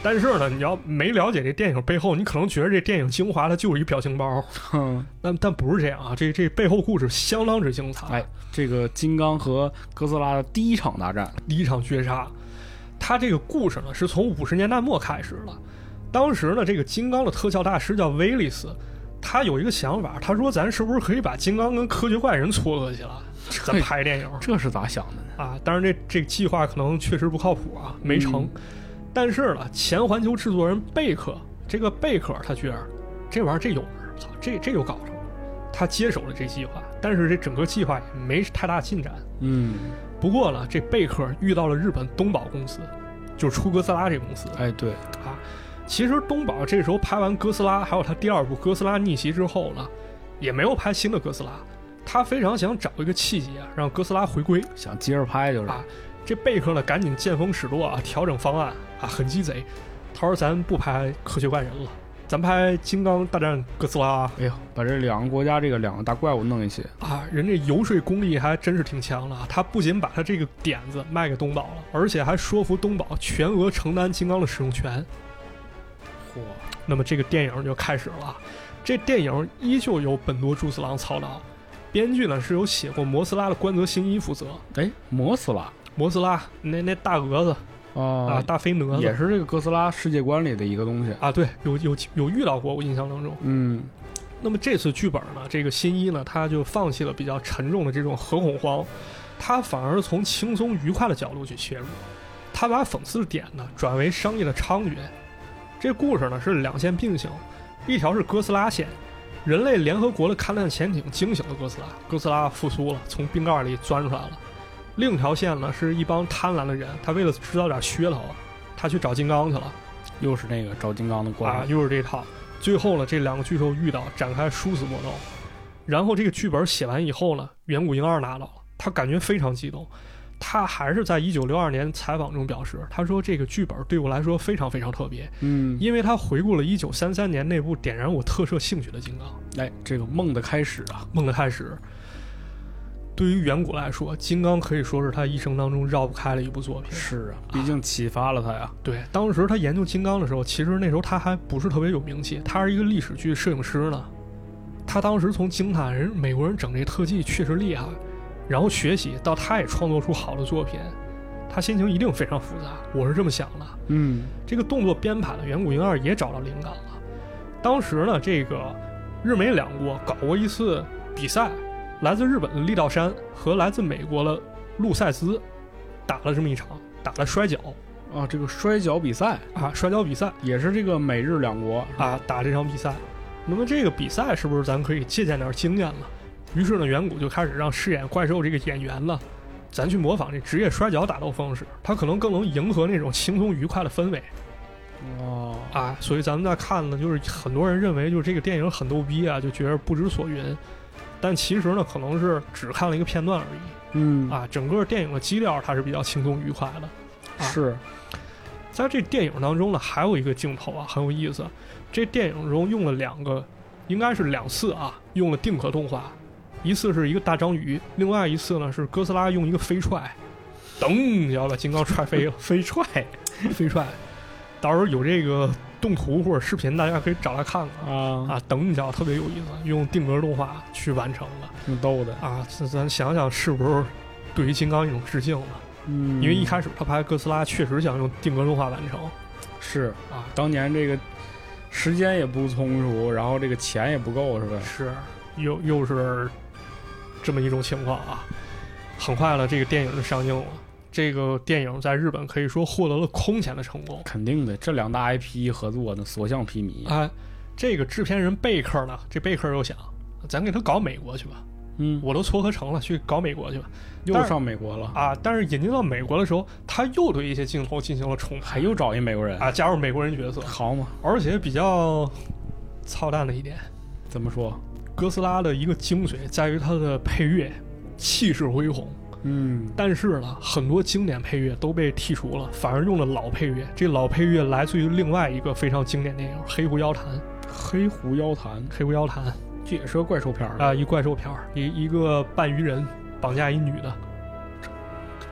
但是呢，你要没了解这电影背后，你可能觉得这电影精华它就是一表情包，哼，但但不是这样啊，这这背后故事相当之精彩。哎 这个金刚和哥斯拉的第一场大战，第一场绝杀。他这个故事呢，是从五十年代末开始的。当时呢，这个金刚的特效大师叫威利斯，他有一个想法，他说咱是不是可以把金刚跟科学怪人撮合起来，咱拍电影这是咋想的呢？啊？当然这，这个计划可能确实不靠谱啊，没成。嗯但是呢，前环球制作人贝克，这个贝克他觉得这玩意儿这有门儿，操，这这有搞头。他接手了这计划，但是这整个计划也没太大进展。嗯，不过呢，这贝克遇到了日本东宝公司，就是出哥斯拉这公司。哎，对，其实东宝这时候拍完哥斯拉，还有他第二部《哥斯拉逆袭》之后呢，也没有拍新的哥斯拉，他非常想找一个契机啊，让哥斯拉回归。想接着拍就是，啊这贝克呢，赶紧见风使舵啊，调整方案啊，很鸡贼。他说：“咱不拍科学怪人了，咱拍《金刚大战哥斯拉》哎呦，把这两个国家这个两个大怪物弄一起，啊，人这游说功力还真是挺强的啊。他不仅把他这个点子卖给东宝了，而且还说服东宝全额承担金刚的使用权。嚯，那么这个电影就开始了。这电影依旧由本多助次郎操刀，编剧呢是由写过《摩斯拉》的关泽新一负责。哎，磨死了摩斯拉那那大蛾子啊，啊！大飞蛾也子是这个哥斯拉世界观里的一个东西。啊，对，有有有遇到过，我印象当中。嗯，那么这次剧本呢，这个新一呢，他就放弃了比较沉重的这种核恐慌，他反而从轻松愉快的角度去切入，他把讽刺的点呢转为商业的猖獗。这故事呢是两线并行，一条是哥斯拉线，人类联合国的勘探潜艇惊醒了哥斯拉，哥斯拉复苏了，从冰盖里钻出来了。另一条线呢是一帮贪婪的人，他为了制造点噱头，他去找金刚去了。又是那个找金刚的关啊，系。又是这套。最后呢，这两个巨兽遇到，展开殊死搏斗。然后这个剧本写完以后呢，远古婴儿拿到了，他感觉非常激动。他还是在一九六二年采访中表示，他说这个剧本对我来说非常非常特别，嗯，因为他回顾了一九三三年那部点燃我特摄兴趣的《金刚哎，这个梦的开始啊，梦的开始》。对于远古来说，《金刚》可以说是他一生当中绕不开的一部作品。是啊，毕竟启发了他呀。对，当时他研究金刚的时候，其实那时候他还不是特别有名气，他是一个历史剧摄影师呢。他当时从惊叹人美国人整这特技确实厉害，然后学习到他也创作出好的作品，他心情一定非常复杂，我是这么想的。嗯，这个动作编排的远古婴二也找到灵感了。当时呢，这个日美两国搞过一次比赛，来自日本的力道山和来自美国的路塞兹打了这么一场，打了摔跤啊，这个摔跤比赛啊，摔跤比赛。也是这个美日两国，啊打这场比赛。那么这个比赛是不是咱可以借鉴点经验呢？于是呢，远古就开始让饰演怪兽这个演员呢，咱去模仿这职业摔跤打斗方式，他可能更能迎合那种轻松愉快的氛围哦，啊。所以咱们在看呢，就是很多人认为就是这个电影很逗逼啊，就觉得不知所云，但其实呢，可能是只看了一个片段而已嗯，啊。整个电影的基调它是比较轻松愉快的。是，，在这电影当中呢，还有一个镜头啊，很有意思。这电影中用了两个，应该是两次啊，用了定格动画，一次是一个大章鱼，另外一次呢是哥斯拉用一个飞踹，噔，要把金刚踹飞了飞踹 飞踹。到时候有这个动图或者视频，大家可以找来看看。啊，啊，等一下，特别有意思，用定格动画去完成的挺逗的。啊，咱咱想想是不是对于金刚一种致敬吧？嗯，因为一开始他拍哥斯拉确实想用定格动画完成，是啊，当年这个时间也不充足，然后这个钱也不够，是吧？是，又又是这么一种情况啊。很快了，这个电影就上映了。这个电影在日本可以说获得了空前的成功。肯定的，这两大 IP 合作呢，所向披靡。哎，这个制片人贝克呢，这贝克又想，咱给他搞美国去吧，嗯，我都撮合成了，去搞美国去吧。又但是上美国了，啊，但是引进到美国的时候，他又对一些镜头进行了重还拍，又找一美国人，啊，加入美国人角色，好嘛？而且比较操蛋的一点，怎么说？哥斯拉的一个精髓在于它的配乐，气势恢宏。嗯，但是呢，很多经典配乐都被剔除了，反而用了老配乐。这老配乐来自于另外一个非常经典电影《黑狐妖谭》。《黑狐妖谭，黑狐妖谭》啊、这也是个怪兽片儿吧，一怪兽片儿，一一个半鱼人绑架一女的，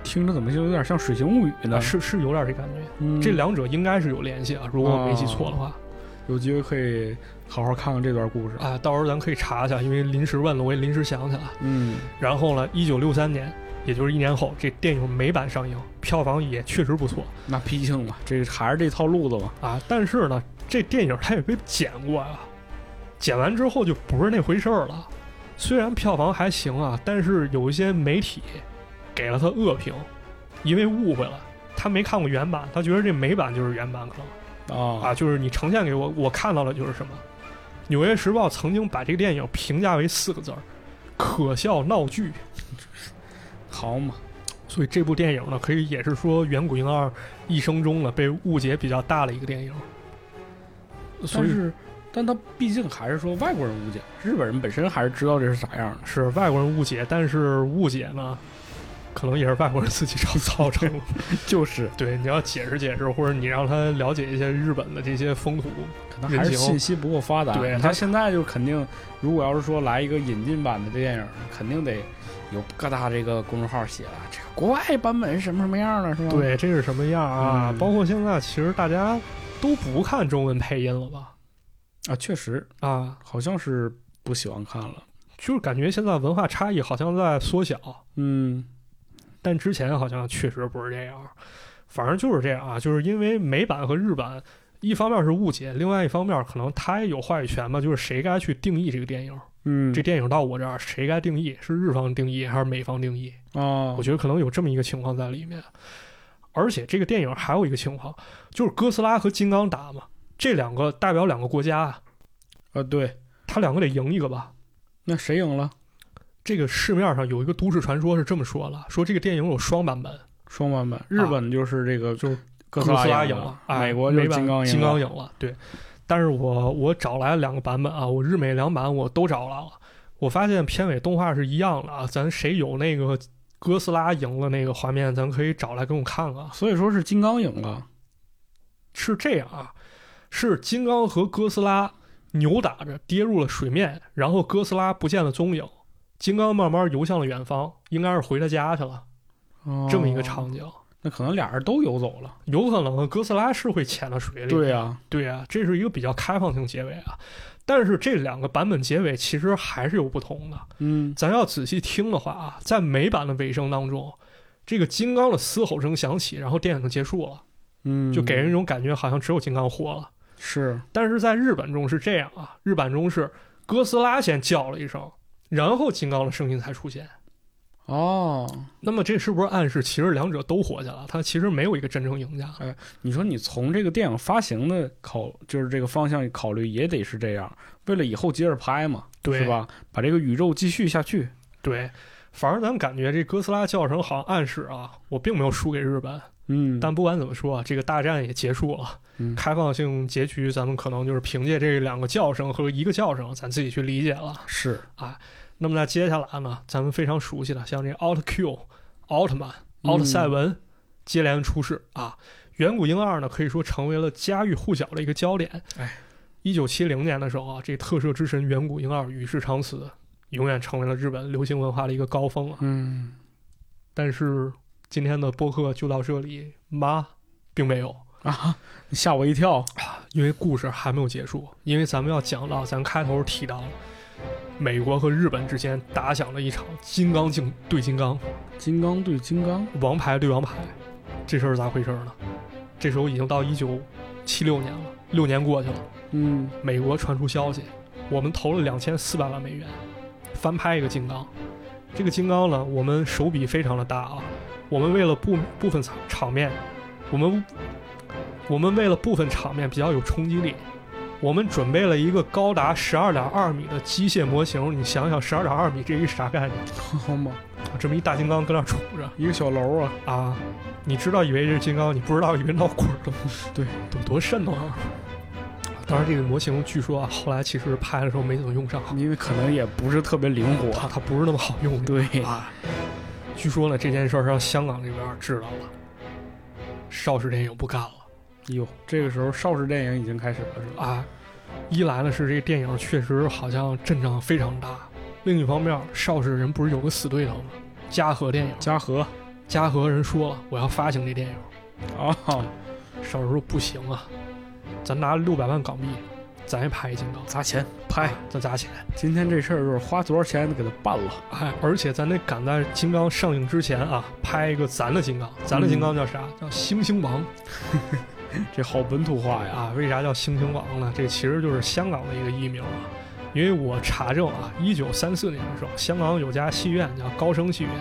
听着怎么就有点像《水形物语》呢？啊是是有点这感觉。嗯这两者应该是有联系啊，如果我没记错的话。有机会可以好好看看这段故事。啊，到时候咱可以查一下，因为临时问了，我也临时想起来。嗯，然后呢，一九六三年，也就是一年后，这电影美版上映，票房也确实不错那毕竟嘛，这还是这套路子嘛。啊。但是呢，这电影它也被剪过啊，剪完之后就不是那回事儿了。虽然票房还行啊，但是有一些媒体给了它恶评，因为误会了，他没看过原版，他觉得这美版就是原版，可能。啊啊，就是你呈现给我，我看到了就是什么。《纽约时报》曾经把这个电影评价为四个字儿：可笑闹剧。好嘛，所以这部电影呢，可以也是说远古婴二一生中呢被误解比较大的一个电影。所但以是，但他毕竟还是说外国人误解，日本人本身还是知道这是啥样的。是外国人误解，但是误解呢，可能也是外国人自己造造成的。 就是，对，你要解释解释，或者你让他了解一些日本的这些风土。可能还是人情信息不够发达。对你他看现在就肯定，如果要是说来一个引进版的这电影，肯定得有各大这个公众号写了，这国外版本是什么什么样的，是吧？，对，这是什么样啊？嗯包括现在，其实大家都不看中文配音了吧？啊，确实啊，好像是不喜欢看了。就是感觉现在文化差异好像在缩小，嗯，但之前好像确实不是这样，反正就是这样啊，就是因为美版和日版，一方面是误解，另外一方面可能他也有话语权吧，就是谁该去定义这个电影，嗯，这电影到我这儿谁该定义，是日方定义还是美方定义？啊我，觉得可能有这么一个情况在里面。而且这个电影还有一个情况，就是哥斯拉和金刚打嘛，这两个代表两个国家，啊，对，他两个得赢一个吧？那谁赢了？这个市面上有一个都市传说是这么说了，说这个电影有双版本，双版本，日本就是这个啊就是哥斯拉赢了，哎美国就是美版金刚赢了，金刚赢了，对。但是我我找来了两个版本啊，我日美两版我都找来了，我发现片尾动画是一样的啊，咱谁有那个哥斯拉赢了那个画面，咱可以找来给我看看啊。所以说是金刚赢了。是这样啊，是金刚和哥斯拉扭打着跌入了水面，然后哥斯拉不见了踪影，金刚慢慢游向了远方，应该是回他家去了，哦这么一个场景。那可能俩人都游走了。有可能哥斯拉是会潜到水里。对呀，对啊，这是一个比较开放性结尾啊。但是这两个版本结尾其实还是有不同的。嗯，咱要仔细听的话啊，在美版的尾声当中，这个金刚的嘶吼声响起，然后电影就结束了，嗯，就给人一种感觉好像只有金刚活了。是但是在日本中是这样啊，日版中是哥斯拉先叫了一声，然后金刚的声音才出现。哦。那么这是不是暗示其实两者都活下来了？它其实没有一个真正赢家。你说你从这个电影发行的考，就是这个方向考虑，也得是这样，为了以后接着拍嘛，对是吧？把这个宇宙继续下去。对，反而咱们感觉这哥斯拉叫声好像暗示啊，我并没有输给日本。嗯，但不管怎么说啊，这个大战也结束了，嗯开放性结局，咱们可能就是凭借这两个叫声和一个叫声，咱自己去理解了。是那么在接下来呢，咱们非常熟悉的像这 Out Q、奥特曼、嗯奥特赛文、接连出世啊，远古婴儿呢可以说成为了家喻户晓的一个焦点。哎，一九七零年的时候啊，这特摄之神远古婴儿与世长辞，永远成为了日本流行文化的一个高峰啊。嗯，但是今天的播客就到这里，妈，并没有，啊，吓我一跳。 因为故事还没有结束，因为咱们要讲到，咱开头提到了，美国和日本之间打响了一场金刚竞对金刚，金刚对金刚，王牌对王牌，这事儿咋回事呢？这时候已经到一九七六年了，六年过去了，嗯， 美国传出消息，我们投了两千四百万美元，翻拍一个金刚。这个金刚呢，我们手笔非常的大啊。我们为了部部分场场面，我们我们为了部分场面比较有冲击力，我们准备了一个高达十二点二米的机械模型。你想想，十二点二米这是啥概念？好嘛，这么一大金刚搁那儿杵着一个小楼啊，啊！你知道以为这是金刚，你不知道以为闹鬼 了。对，多多瘆得慌啊！当然，这个模型据说啊，后来其实拍的时 候没怎么用上， 因为可能也不是特别灵活。它它不是那么好用的对，啊。据说呢，这件事儿让香港这边儿知道了，邵氏电影不干了。哟，这个时候邵氏电影已经开始了，是吧？啊，一来呢是这个电影确实好像阵仗非常大，另一方面邵氏人不是有个死对头吗？嘉禾电影，嘉禾嘉禾人说了我要发行这电影，啊，邵氏说不行啊，咱拿六百万港币，咱也拍一金刚，砸钱拍啊，咱砸钱，今天这事儿就是花多少钱给他办了。哎，而且咱得赶在金刚上映之前啊，拍一个咱的金刚，咱的金刚叫啥？叫星星王这好本土化呀！啊？为啥叫星星王呢？这其实就是香港的一个艺名啊。因为我查证啊，一九三四年的时候，香港有家戏院叫高升戏院，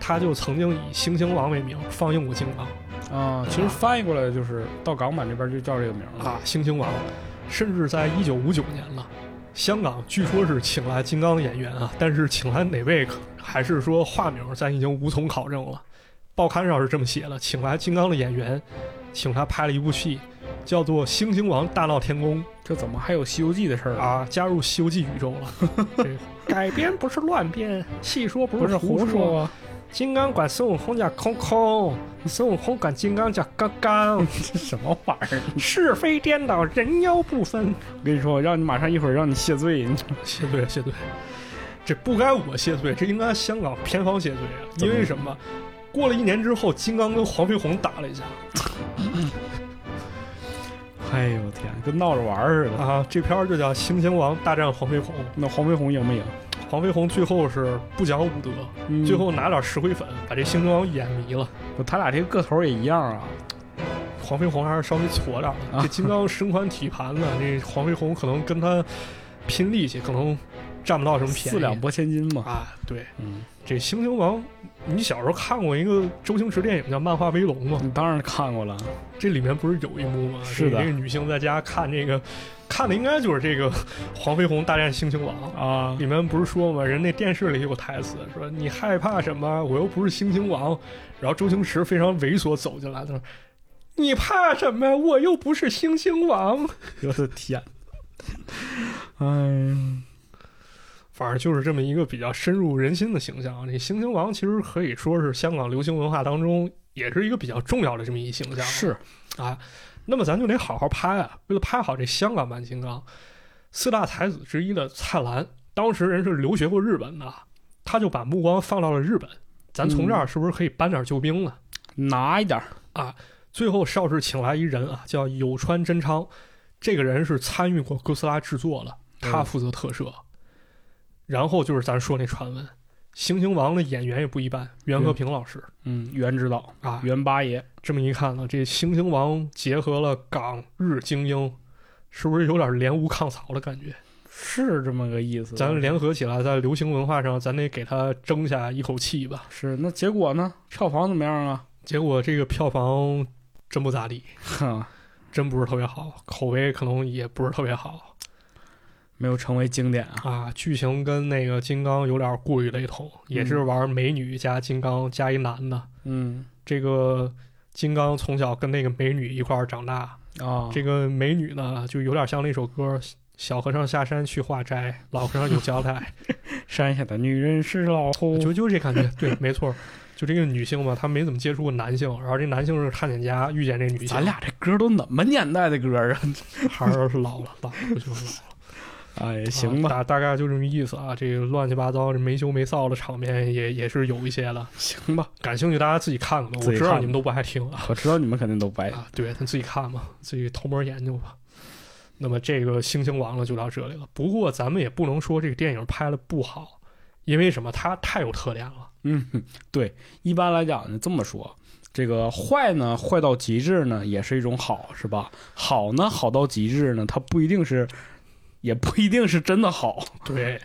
它就曾经以星星王为名放映过金刚啊，其实翻译过来就是到港版这边就叫这个名儿了。啊，星星王，甚至在一九五九年了。香港据说是请来金刚演员啊，但是请来哪位可还是说化名，咱已经无从考证了。报刊上是这么写的，请来金刚的演员，请他拍了一部戏，叫做《星星王大闹天宫》。这怎么还有《西游记》的事儿？啊，加入《西游记》宇宙了。 这改编不是乱编，戏说不不是胡胡说。说啊！金刚管孙悟空叫空空，孙悟空管金刚叫刚 刚， 这什么玩意儿？是非颠倒，人妖不分。我跟你说，让你马上一会儿让你谢罪， 你谢罪，谢罪。这不该我谢罪，这应该香港片方谢罪啊！因为什么？过了一年之后，金刚跟黄飞鸿打了一架哎呦我天，跟闹着玩儿似的。啊！这片儿就叫《猩猩王大战黄飞鸿》。那黄飞鸿赢没赢？黄飞鸿最后是不讲武德，嗯最后拿点石灰粉把这猩猩王演迷了。他俩这个个头儿也一样啊。黄飞鸿还是稍微矬点儿的。啊这金刚身宽体盘的，这黄飞鸿可能跟他拼力气，可能占不到什么便宜。四两拨千斤嘛。啊，对，嗯，这猩猩王，你小时候看过一个周星驰电影叫《漫画威龙》吗？哦你当然看过了。这里面不是有一幕吗？是的这个女性在家看这个，看的应该就是这个黄飞鸿大战猩猩王。啊，里面不是说吗？人那电视里有台词说：“你害怕什么？我又不是猩猩王。”然后周星驰非常猥琐走进来，他说：“你怕什么？我又不是猩猩王。我的 天！哎，”反正就是这么一个比较深入人心的形象啊。这猩猩王其实可以说是香港流行文化当中也是一个比较重要的这么一形象。是啊，那么咱就得好好拍啊！为了拍好这香港版《金刚》，四大才子之一的蔡澜，当时人是留学过日本的，他就把目光放到了日本。咱嗯从这儿是不是可以搬点救兵呢？拿一点儿最后邵氏请来一人啊，叫有川真昌，这个人是参与过哥斯拉制作的，他嗯负责特摄。然后就是咱说那传闻，《猩猩王》的演员也不一般，袁和嗯平老师、嗯，袁指导，啊，袁八爷，这么一看呢，这猩猩王结合了港日精英，是不是有点联吴抗曹的感觉？是这么个意思。咱联合起来，在流行文化上，咱得给他争下一口气吧。是那结果呢？票房怎么样啊？ 结果这个票房真不咋地，哼，真不是特别好，口碑可能也不是特别好没有成为经典啊。啊。剧情跟那个金刚有点过于雷同，也是玩美女加金刚加一男的。嗯这个金刚从小跟那个美女一块儿长大，啊，这个美女呢，就有点像那首歌《小和尚下山去化斋》，老和尚有交 代，山下的女人是老虎。就就这感觉。对，没错，就这个女性嘛，她没怎么接触过男性，然后这男性是探险家遇见这女性，咱俩这歌都哪么年代的歌啊？还是老了，老了不就老了。哎， 行吧，啊大大概就这么意思啊。这个乱七八糟、这没羞没臊的场面也也是有一些了。行吧，感兴趣大家自己看看吧，我自己知道看你们都不爱听啊。我知道你们肯定都不爱啊，对，咱自己看吧，自己偷摸研究吧。那么这个《猩猩王》呢，就到这里了。不过咱们也不能说这个电影拍的不好，因为什么？它太有特点了。嗯，对，一般来讲呢，这么说，这个坏呢，坏到极致呢，也是一种好，是吧？好呢，好到极致呢，它不一定是，也不一定是真的好。对， 哎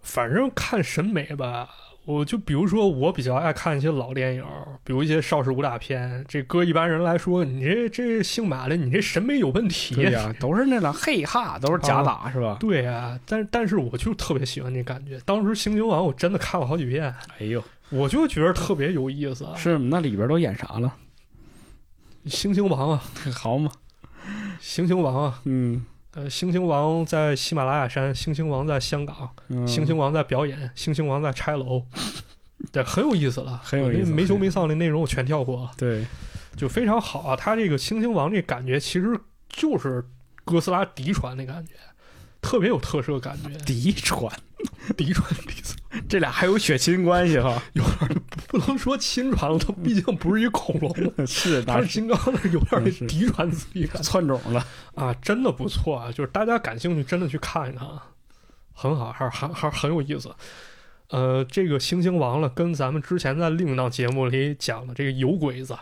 反正看审美吧，我就比如说我比较爱看一些老电影，比如一些邵氏武打片。这搁一般人来说，你这这姓马的，你这审美有问题。对呀、都是那种嘿哈，都是假打，是 吧？对啊，但是但是我就特别喜欢这感觉。当时《猩猩王》我真的看了好几遍，哎呦，我就觉得特别有意思。啊是那里边都演啥了？ 猩猩王啊，好嘛，猩猩王啊，嗯，呃，猩猩王在喜马拉雅山，猩猩王在香港，嗯 猩猩王在表演，猩猩王在拆楼，对，很有意思了，很有意思那没羞没臊的内容我全跳过，对，就非常好啊。他这个《猩猩王》这感觉其实就是哥斯拉嫡传的感觉，特别有特色感觉。 嫡传，嫡传嫡传这俩还有血亲关系哈？不能说亲传了，它毕竟不是一恐龙， 是，它哪 是金刚，有点那嗯是嫡传子弟感觉窜种了？啊，真的不错啊。就是大家感兴趣，真的去看一看，啊，很好，还是还还很有意思。呃，这个《猩猩王》了，跟咱们之前在另一档节目里讲的这个有鬼子，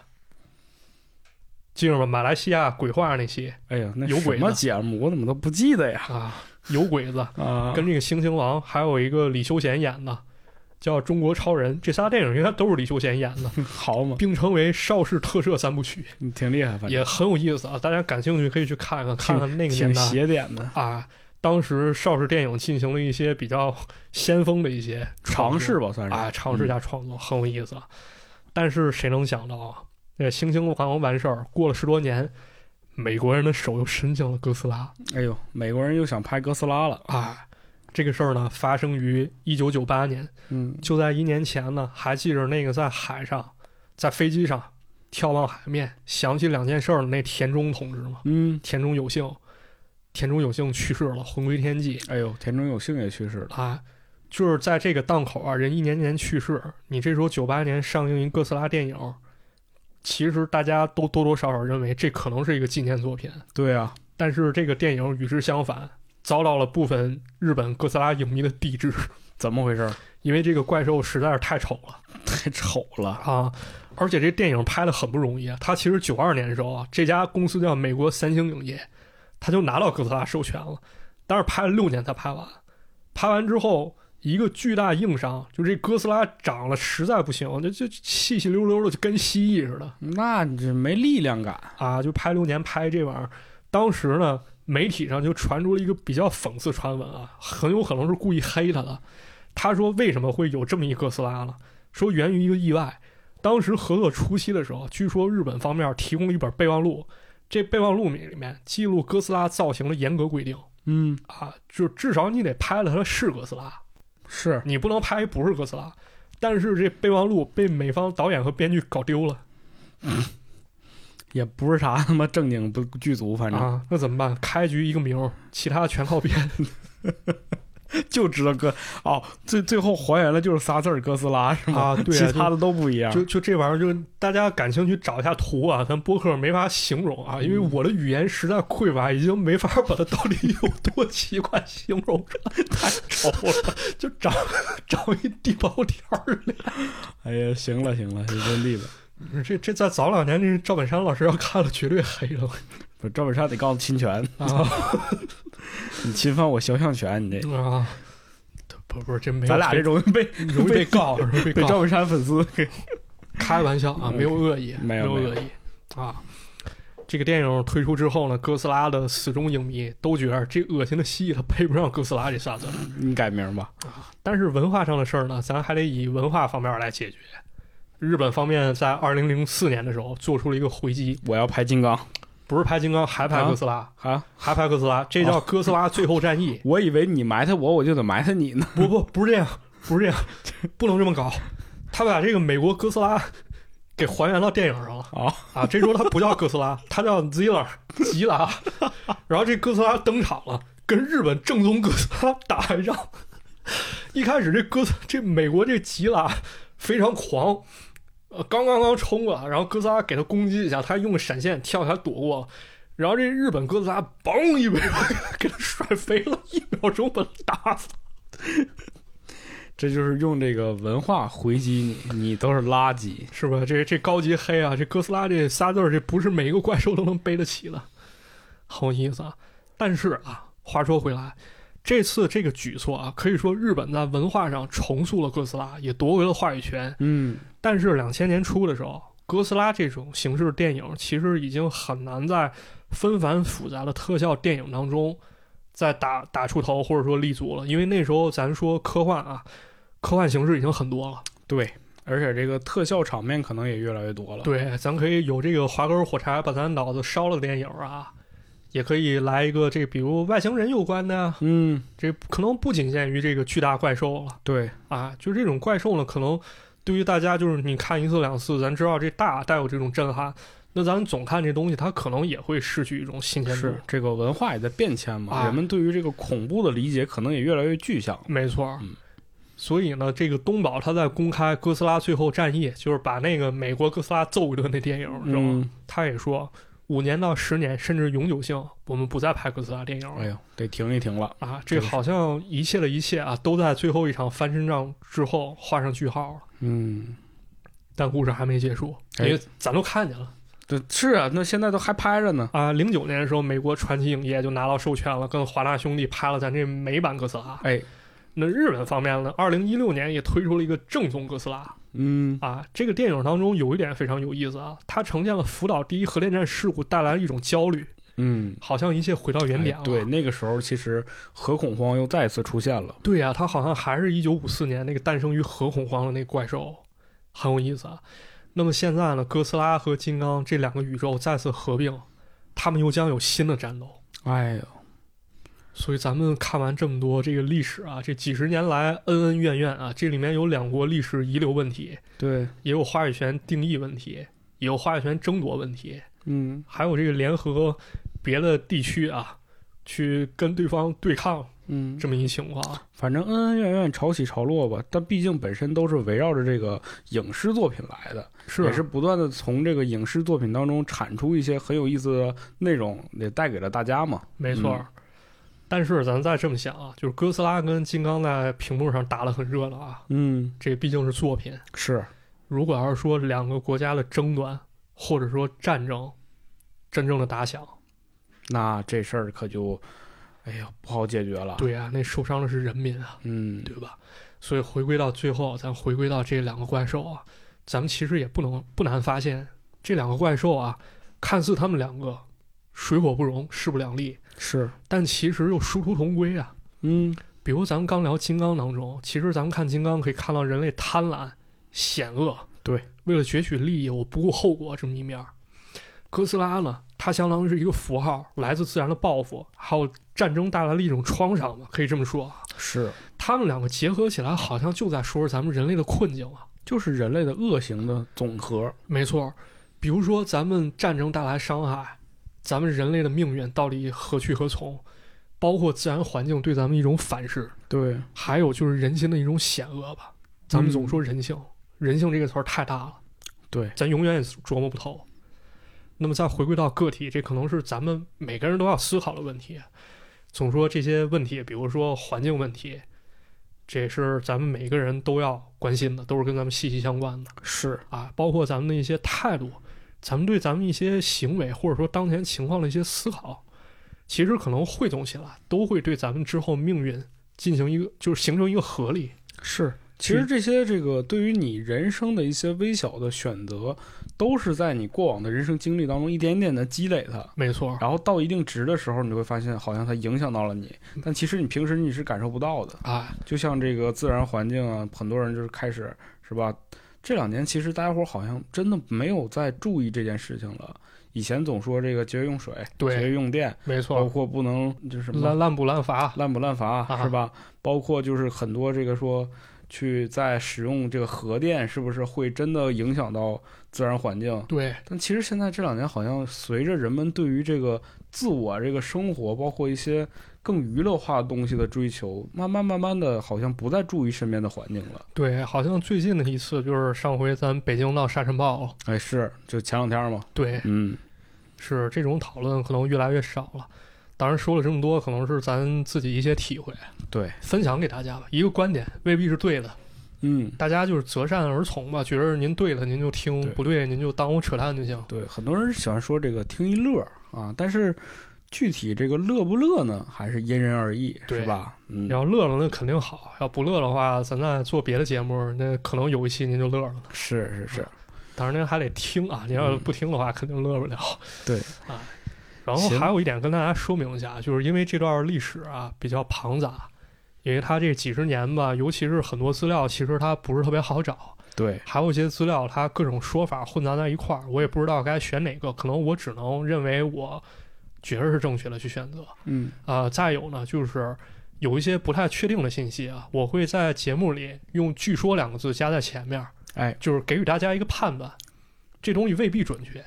记着吧？马来西亚鬼话那期哎呀，那有鬼什么呢节目我怎么都不记得呀？啊，有鬼子啊，跟这个《猩猩王》还有一个李修贤演的叫《中国超人》，这仨电影应该都是李修贤演的，好 嘛，并称为邵氏特摄三部曲，挺厉害，反正也很有意思啊。大家感兴趣可以去看看，看看那个年挺代邪点的，啊，当时邵氏电影进行了一些比较先锋的一些创 尝作试吧，嗯算是啊，尝试一下创作，很有意思啊。但是谁能想到啊，那《猩猩王》完事儿过了十多年，美国人的手又伸进了哥斯拉哎呦，美国人又想拍哥斯拉了，啊。这个事儿呢，发生于一九九八年，嗯，就在一年前呢，还记着那个在海上，在飞机上眺望海面，想起两件事儿的那田中同志嘛，嗯，田中有幸，田中有幸去世了，魂归天际。哎呦，田中有幸也去世了，啊，就是在这个档口啊，人一年年去世。你这时候九八年上映一哥斯拉电影，其实大家都多多少少认为这可能是一个纪念作品，对啊，但是这个电影与之相反，遭到了部分日本哥斯拉影迷的抵制，怎么回事？因为这个怪兽实在是太丑了 太丑了，啊！而且这电影拍的很不容易啊，它其实九二年的时候啊，这家公司叫美国三星影业，他就拿到哥斯拉授权了，但是拍了六年才拍完。拍完之后，一个巨大硬伤，就这哥斯拉长了实在不行，就就细细溜溜的，就跟蜥蜴似的那你这没力量感，啊！就拍六年拍这玩意儿，当时呢，媒体上就传出了一个比较讽刺传闻啊，很有可能是故意黑他的。他说为什么会有这么一哥斯拉呢？说源于一个意外。当时合作初期的时候，据说日本方面提供了一本备忘录，这备忘录里面记录哥斯拉造型的严格规定嗯，啊，就至少你得拍了它是哥斯拉，是你不能拍不是哥斯拉。但是这备忘录被美方导演和编剧搞丢了也不是啥他妈正经不剧组，反正啊，那怎么办？开局一个名儿，其他全靠 编。就知道哥哦，最最后还原了就是仨字儿哥斯拉是吗？啊对啊其他的都不一样，就就这玩意儿，就大家感兴趣找一下图啊，咱播客没法形容嗯啊，因为我的语言实在匮乏，已经没法把它到底有多奇怪形容出来，太丑了， 就长长一地包天儿那哎呀，行了行了，就真地吧。样。这这在早两年，这赵本山老师要看了，绝对黑了不是赵本山得告诉侵权，啊你侵犯我肖像权，你这啊！ 不不是，这没有咱俩这容易被容易被告，容易被被告赵。本山粉丝 给开玩笑啊，嗯没有恶意，没有有没有恶意啊。这个电影推出之后呢，哥斯拉的死忠影迷都觉得这恶心的蜥蜴它配不上哥斯拉这仨字儿。你改名吧。但是文化上的事儿呢，咱还得以文化方面来解决。日本方面在二零零四年的时候做出了一个回击，我要拍金刚不是拍金刚，还拍哥斯拉，啊！哦还拍哥斯拉，这叫哥斯拉最后战役。我以为你埋汰我，我就得埋汰你呢。不不，不是这样，不是这样，不能这么搞。他把这个美国哥斯拉给还原到电影上了哦啊！这时候他不叫哥斯拉，他叫 Zilla 吉拉。 然后这哥斯拉登场了，跟日本正宗哥斯拉打一仗。一开始这哥斯这美国这吉拉非常狂，呃，刚刚刚冲过来，然后哥斯拉给他攻击一下，他用闪现跳起来躲过了。然后这日本哥斯拉嘣一尾巴 给他甩飞了，一秒钟把他打死。 这就是用这个文化回击你，你都是垃圾。是吧？这这高级黑啊，这哥斯拉这仨字儿，这不是每一个怪兽都能背得起的，好有意思啊！但是啊，话说回来，这次这个举措啊，可以说日本在文化上重塑了哥斯拉，也夺回了话语权。嗯，但是两千年初的时候，哥斯拉这种形式电影其实已经很难在纷繁复杂的特效电影当中再打打出头或者说立足了，因为那时候咱说科幻啊，科幻形式已经很多了。对，而且这个特效场面可能也越来越多了。对，咱可以有这个划根火柴把咱脑子烧了的电影啊，也可以来一个这比如外星人有关的呀。嗯，这可能不仅限于这个巨大怪兽了对，啊，就这种怪兽呢，可能对于大家就是你看一次两次，咱知道这大带有这种震撼，那咱总看这东西，它可能也会失去一种新鲜度是。这个文化也在变迁嘛，哎我们对于这个恐怖的理解可能也越来越具象。没错，嗯所以呢，这个东宝他在公开《哥斯拉最后战役》，就是把那个美国哥斯拉揍一顿那电影，知道吗？嗯，他也说，五年到十年甚至永久性，我们不再拍哥斯拉电影了。哎呦，得停一停了。啊，这真是好像一切的一切啊，都在最后一场翻身仗之后画上句号了。嗯，但故事还没结束，因哎为咱都看见了对，是啊，那现在都还拍着呢。啊。零九年的时候，美国传奇影业就拿到授权了，跟华纳兄弟拍了咱这美版哥斯拉。哎，那日本方面呢，二零一六年也推出了一个正宗哥斯拉嗯，啊。这个电影当中有一点非常有意思啊，它呈现了福岛第一核电站事故带来的一种焦虑，嗯，好像一切回到原点了。哎对，那个时候其实核恐慌又再次出现了。对呀、它好像还是一九五四年那个诞生于核恐慌的那个怪兽，很有意思啊。那么现在呢，哥斯拉和金刚这两个宇宙再次合并，他们又将有新的战斗。哎呦，所以咱们看完这么多这个历史啊，这几十年来恩恩怨怨啊，这里面有两国历史遗留问题，对，也有话语权定义问题，也有话语权争夺问题，嗯还有这个联合别的地区啊，去跟对方对抗嗯，这么一情况。反正恩恩怨怨，潮起潮落吧。但毕竟本身都是围绕着这个影视作品来的，是也是不断的从这个影视作品当中产出一些很有意思的内容，也带给了大家嘛。没错。嗯但是咱再这么想啊，就是哥斯拉跟金刚在屏幕上打得很热闹啊，嗯，这毕竟是作品。是，如果要是说两个国家的争端或者说战争，真正的打响，那这事儿可就，哎呀，不好解决了。，对啊，那受伤的是人民啊，嗯，对吧？所以回归到最后，咱回归到这两个怪兽啊，咱们其实也不能不难发现，这两个怪兽啊，看似他们两个水火不容、势不两立，是，但其实又殊途同归啊。嗯，比如咱们刚聊金刚当中，其实咱们看金刚可以看到人类贪婪、险恶，对，为了攫取利益，我不顾后果这么一面儿。哥斯拉呢，它相当于是一个符号，来自自然的报复，还有战争带来的一种创伤吧，可以这么说。是，他们两个结合起来，好像就在说是咱们人类的困境啊。就是人类的恶行的总和。没错，比如说咱们战争带来伤害，咱们人类的命运到底何去何从，包括自然环境对咱们一种反噬。对，还有就是人心的一种险恶吧。咱们总说人性，人性这个词儿太大了，对，咱永远也琢磨不透。那么再回归到个体，这可能是咱们每个人都要思考的问题。总说这些问题，比如说环境问题，这也是咱们每个人都要关心的，都是跟咱们息息相关的是，啊。包括咱们的一些态度，咱们对咱们一些行为或者说当前情况的一些思考，其实可能汇总起来，都会对咱们之后命运进行一个就是形成一个合力。是。其实这些这个对于你人生的一些微小的选择，都是在你过往的人生经历当中一点点的积累它，没错，然后到一定值的时候，你就会发现好像它影响到了你，嗯但其实你平时你是感受不到的。哎，就像这个自然环境啊，很多人就是开始是吧？这两年其实大家伙儿好像真的没有在注意这件事情了。以前总说这个节约用水、对节约用电，没包错，括不能就是什么嗯滥滥捕滥伐，滥捕滥伐、啊是吧？包括就是很多这个说去在使用这个核电，是不是会真的影响到自然环境？对，但其实现在这两年好像随着人们对于这个自我、啊这个生活，包括一些更娱乐化的东西的追求，慢慢慢慢的，好像不再注意身边的环境了。对，好像最近的一次就是上回咱北京闹沙尘暴了，哎，是，就前两天嘛，对，嗯，是这种讨论可能越来越少了。当然说了这么多，可能是咱自己一些体会，对，分享给大家吧。一个观点未必是对的，嗯，大家就是择善而从吧。觉得您对了，您就听；对不对，您就当我扯淡就行。对，很多人喜欢说这个听一乐儿啊，但是具体这个乐不乐呢，还是因人而异，对是吧？嗯，要乐了那肯定好，要不乐的话，咱再做别的节目，那可能有一期您就乐了。是是是，当然您还得听啊，您要是不听的话，肯定乐不了。嗯对啊，然后行还有一点跟大家说明一下，就是因为这段历史啊比较庞杂，因为它这几十年吧，尤其是很多资料，其实它不是特别好找，对，还有一些资料它各种说法混杂在一块儿，我也不知道该选哪个，可能我只能认为我觉得是正确的去选择。呃嗯啊。再有呢，就是有一些不太确定的信息啊，我会在节目里用“据说”两个字加在前面，哎，就是给予大家一个判断，这东西未必准啊确。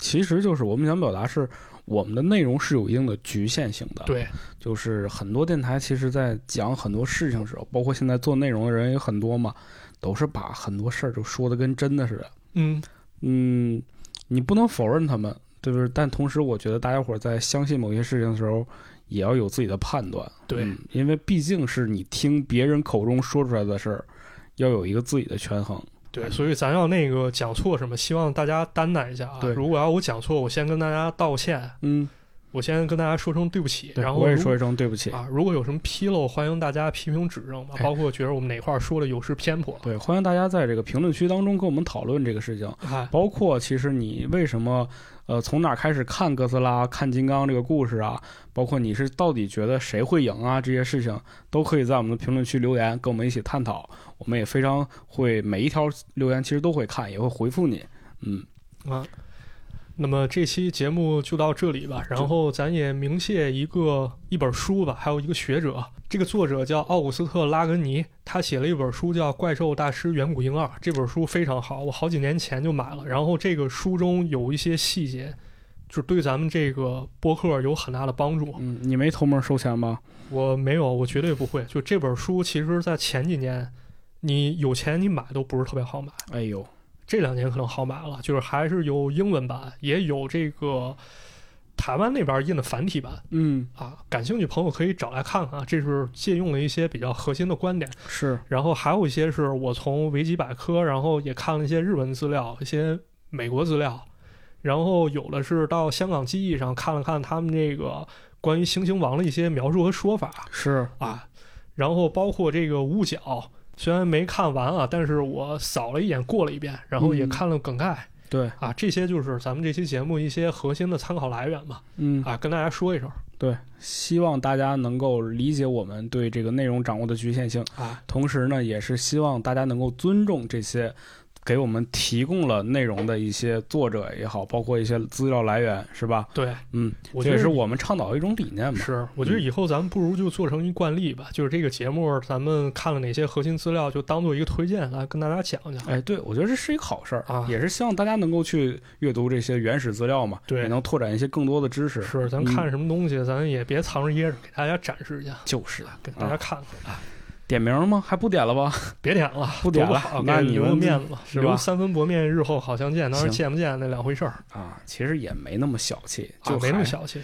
其实就是我们想表达是，我们的内容是有一定的局限性的。，对，就是很多电台其实，在讲很多事情的时候，包括现在做内容的人也很多嘛，都是把很多事儿就说的跟真的似的。嗯，嗯，你不能否认他们，对不对？但同时，我觉得大家伙儿在相信某些事情的时候，也要有自己的判断。对嗯因为毕竟是你听别人口中说出来的事儿，要有一个自己的权衡。对，所以咱要那个讲错什么，希望大家担待一下啊。对如果要我讲错，我先跟大家道歉，嗯，我先跟大家说声对不起，对然后我也如说一声对不起。啊，如果有什么纰漏，欢迎大家批评指正吧，哎包括觉得我们哪块儿说的有失偏颇，对，欢迎大家在这个评论区当中跟我们讨论这个事情，哎，包括其实你为什么，呃，从哪儿开始看哥斯拉、看金刚这个故事啊，包括你是到底觉得谁会赢啊，这些事情都可以在我们的评论区留言，跟我们一起探讨。我们也非常会每一条留言其实都会看，也会回复你。嗯，啊。那么这期节目就到这里吧，然后咱也鸣谢一个一本书吧，还有一个学者，这个作者叫奥古斯特·拉根尼，他写了一本书叫《怪兽大师远古婴二》，这本书非常好，我好几年前就买了。然后这个书中有一些细节，就是对咱们这个播客有很大的帮助。嗯，你没偷摸收钱吧？我没有，我绝对不会。就这本书，其实，在前几年，你有钱你买都不是特别好买，哎呦，这两年可能好买了，就是还是有英文版，也有这个台湾那边印的繁体版嗯，啊。感兴趣朋友可以找来看看啊，这是借用了一些比较核心的观点，是，然后还有一些是我从维基百科，然后也看了一些日文资料，一些美国资料，然后有的是到香港记忆上看了看他们这个关于猩猩王的一些描述和说法。是，啊，然后包括这个屋角，虽然没看完啊，但是我扫了一眼，过了一遍，然后也嗯看了梗概、对，啊，这些就是咱们这期节目一些核心的参考来源吧，嗯，啊，跟大家说一声对，希望大家能够理解我们对这个内容掌握的局限性。啊，同时呢，也是希望大家能够尊重这些给我们提供了内容的一些作者也好，包括一些资料来源，是吧？对，嗯，我这也觉得是我们倡导的一种理念嘛。嗯是，我觉得以后咱们不如就做成一惯例吧，就是这个节目咱们看了哪些核心资料，就当做一个推荐来跟大家讲讲。哎，对，我觉得这是一个好事儿啊也是希望大家能够去阅读这些原始资料嘛，对也能拓展一些更多的知识。是，咱嗯看什么东西，咱也别藏着掖着，给大家展示一下，就是啊给大家看看。啊，点名吗？还不点了吧？别啊点了，不点多了啊好，那给你留们个面子吧，是吧留三分薄面，日后好相见，当行然见不见那两回事儿，啊，其实也没那么小气，啊就、没那么，小气，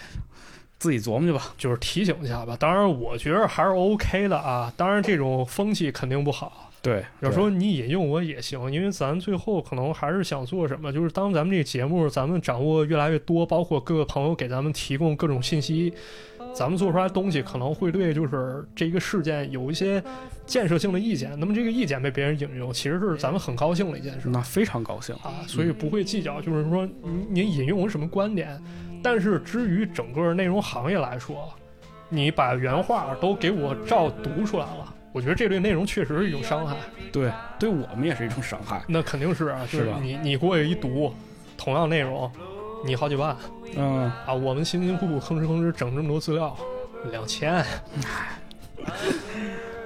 自己琢磨去吧。就是提醒一下吧。当然，我觉得还是 OK 的啊，当然这种风气肯定不好。对，有时候你引用我也行，因为咱最后可能还是想做什么，就是当咱们这节目咱们掌握越来越多，包括各个朋友给咱们提供各种信息，咱们做出来的东西可能会对就是这个事件有一些建设性的意见。那么这个意见被别人引用，其实是咱们很高兴的一件事。那非常高兴。啊，所以不会计较，就是说您您引用了什么观点，但是至于整个内容行业来说，你把原话都给我照读出来了，我觉得这对内容确实是一种伤害，对，对我们也是一种伤害。那肯定是啊，就是是吧你你过去一读，同样内容，你好几万嗯，啊，我们辛辛苦苦吭哧吭哧整这么多资料，两千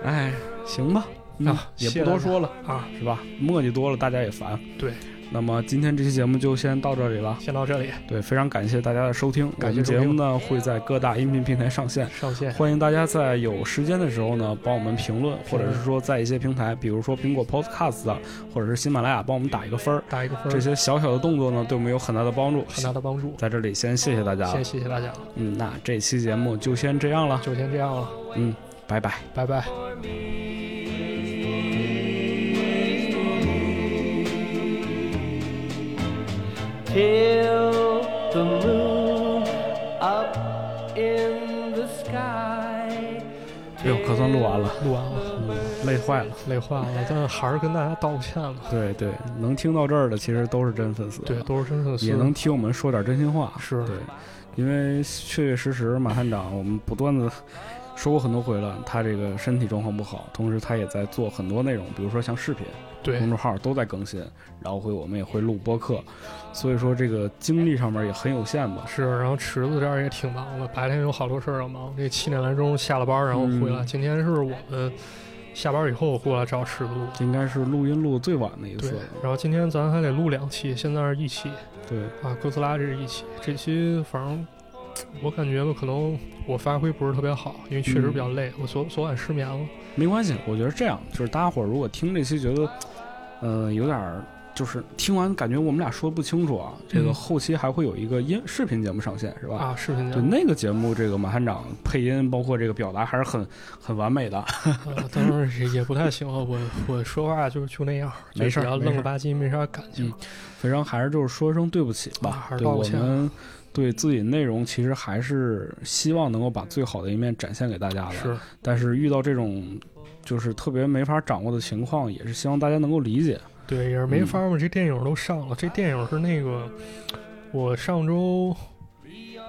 哎，行吧，那、啊也谢不多了呢说了。啊，是吧？墨迹多了，大家也烦。对，那么今天这期节目就先到这里了。先到这里对，非常感谢大家的收听。感我谢们收节听目呢会在各大音频平台上线，上线，欢迎大家在有时间的时候呢帮我们评论，或者是说在一些平台，比如说苹果 Podcast 啊，或者是喜马拉雅，帮我们打一个分儿。打一个分这儿，些小小的动作呢对我们有很大的帮助。很大的帮助，在这里先谢谢大家了先。谢谢大家，嗯，那这期节目就先这样了。就先这样了，嗯，拜拜。拜拜。 till the moon up in the sky. 哎呦，核酸录完了，录完了，累坏了。累坏了，但还是跟大家道个歉吧。对对，能听到这儿的其实都是真粉丝。对，都是真正的也能听我们说点真心话。是对，因为确确实实，马探长我们不断的说过很多回了，他这个身体状况不好，同时他也在做很多内容，比如说像视频，对公众号都在更新，然后会我们也会录播客，所以说这个精力上面也很有限吧。是，然后池子这儿也挺忙的，白天有好多事儿要忙。这七点来钟下了班，然后回来。嗯今天是我们下班以后过来找池子录，这应该是录音录最晚的一对次，。然后今天咱还得录两期，现在是一期对，啊，哥斯拉这是一期，这期反正我感觉吧，可能我发挥不是特别好，因为确实比嗯较累，我昨昨晚失眠了。没关系，我觉得这样就是大家伙儿如果听这期觉得，呃，有点儿就是听完感觉我们俩说不清楚啊，这个嗯后期还会有一个音视频节目上线，是吧？啊，视频节对目，那个节目，这个马探长配音包括这个表达还是很很完美的。呃当然也也不太行啊，我我说话就是就那样，就没事儿比较没愣事了儿吧唧，没啥感情嗯。非常还是就是说一声对不起吧啊，还是对道我歉们对自己内容其实还是希望能够把最好的一面展现给大家的。是，但是遇到这种就是特别没法掌握的情况，也是希望大家能够理解。对，也是没嗯法嘛，这电影都上了。这电影是那个我上周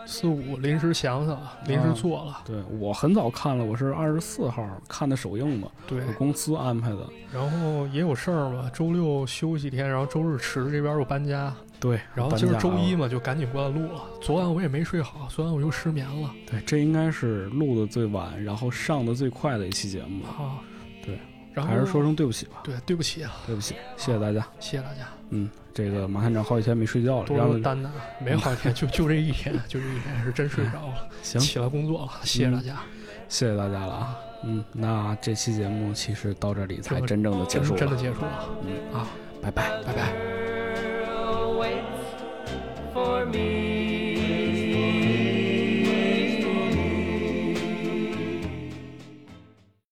四五临时想想，临时啊做了。对我很早看了，我是二十四号看的首映嘛，对，我公司安排的。然后也有事儿嘛，周六休息天，然后周日池子这边又搬家，对，然后搬今儿家啊周了一嘛，就赶紧过来录了。昨晚我也没睡好，昨晚我又失眠了对，这应该是录的最晚，然后上的最快的一期节目了。啊。对，然后还是说声对不起吧，对，对不起啊，对不起，谢谢大家。谢谢大家，嗯，这个马探长好几天没睡觉了，多让多担待。啊没好几天，就就这一天，就这一天是真睡着了，嗯行，嗯起来工作了，谢谢大家，谢谢大家了啊。嗯，那这期节目其实到这里才真正的结真束真的了，结束了嗯啊，拜拜。拜拜。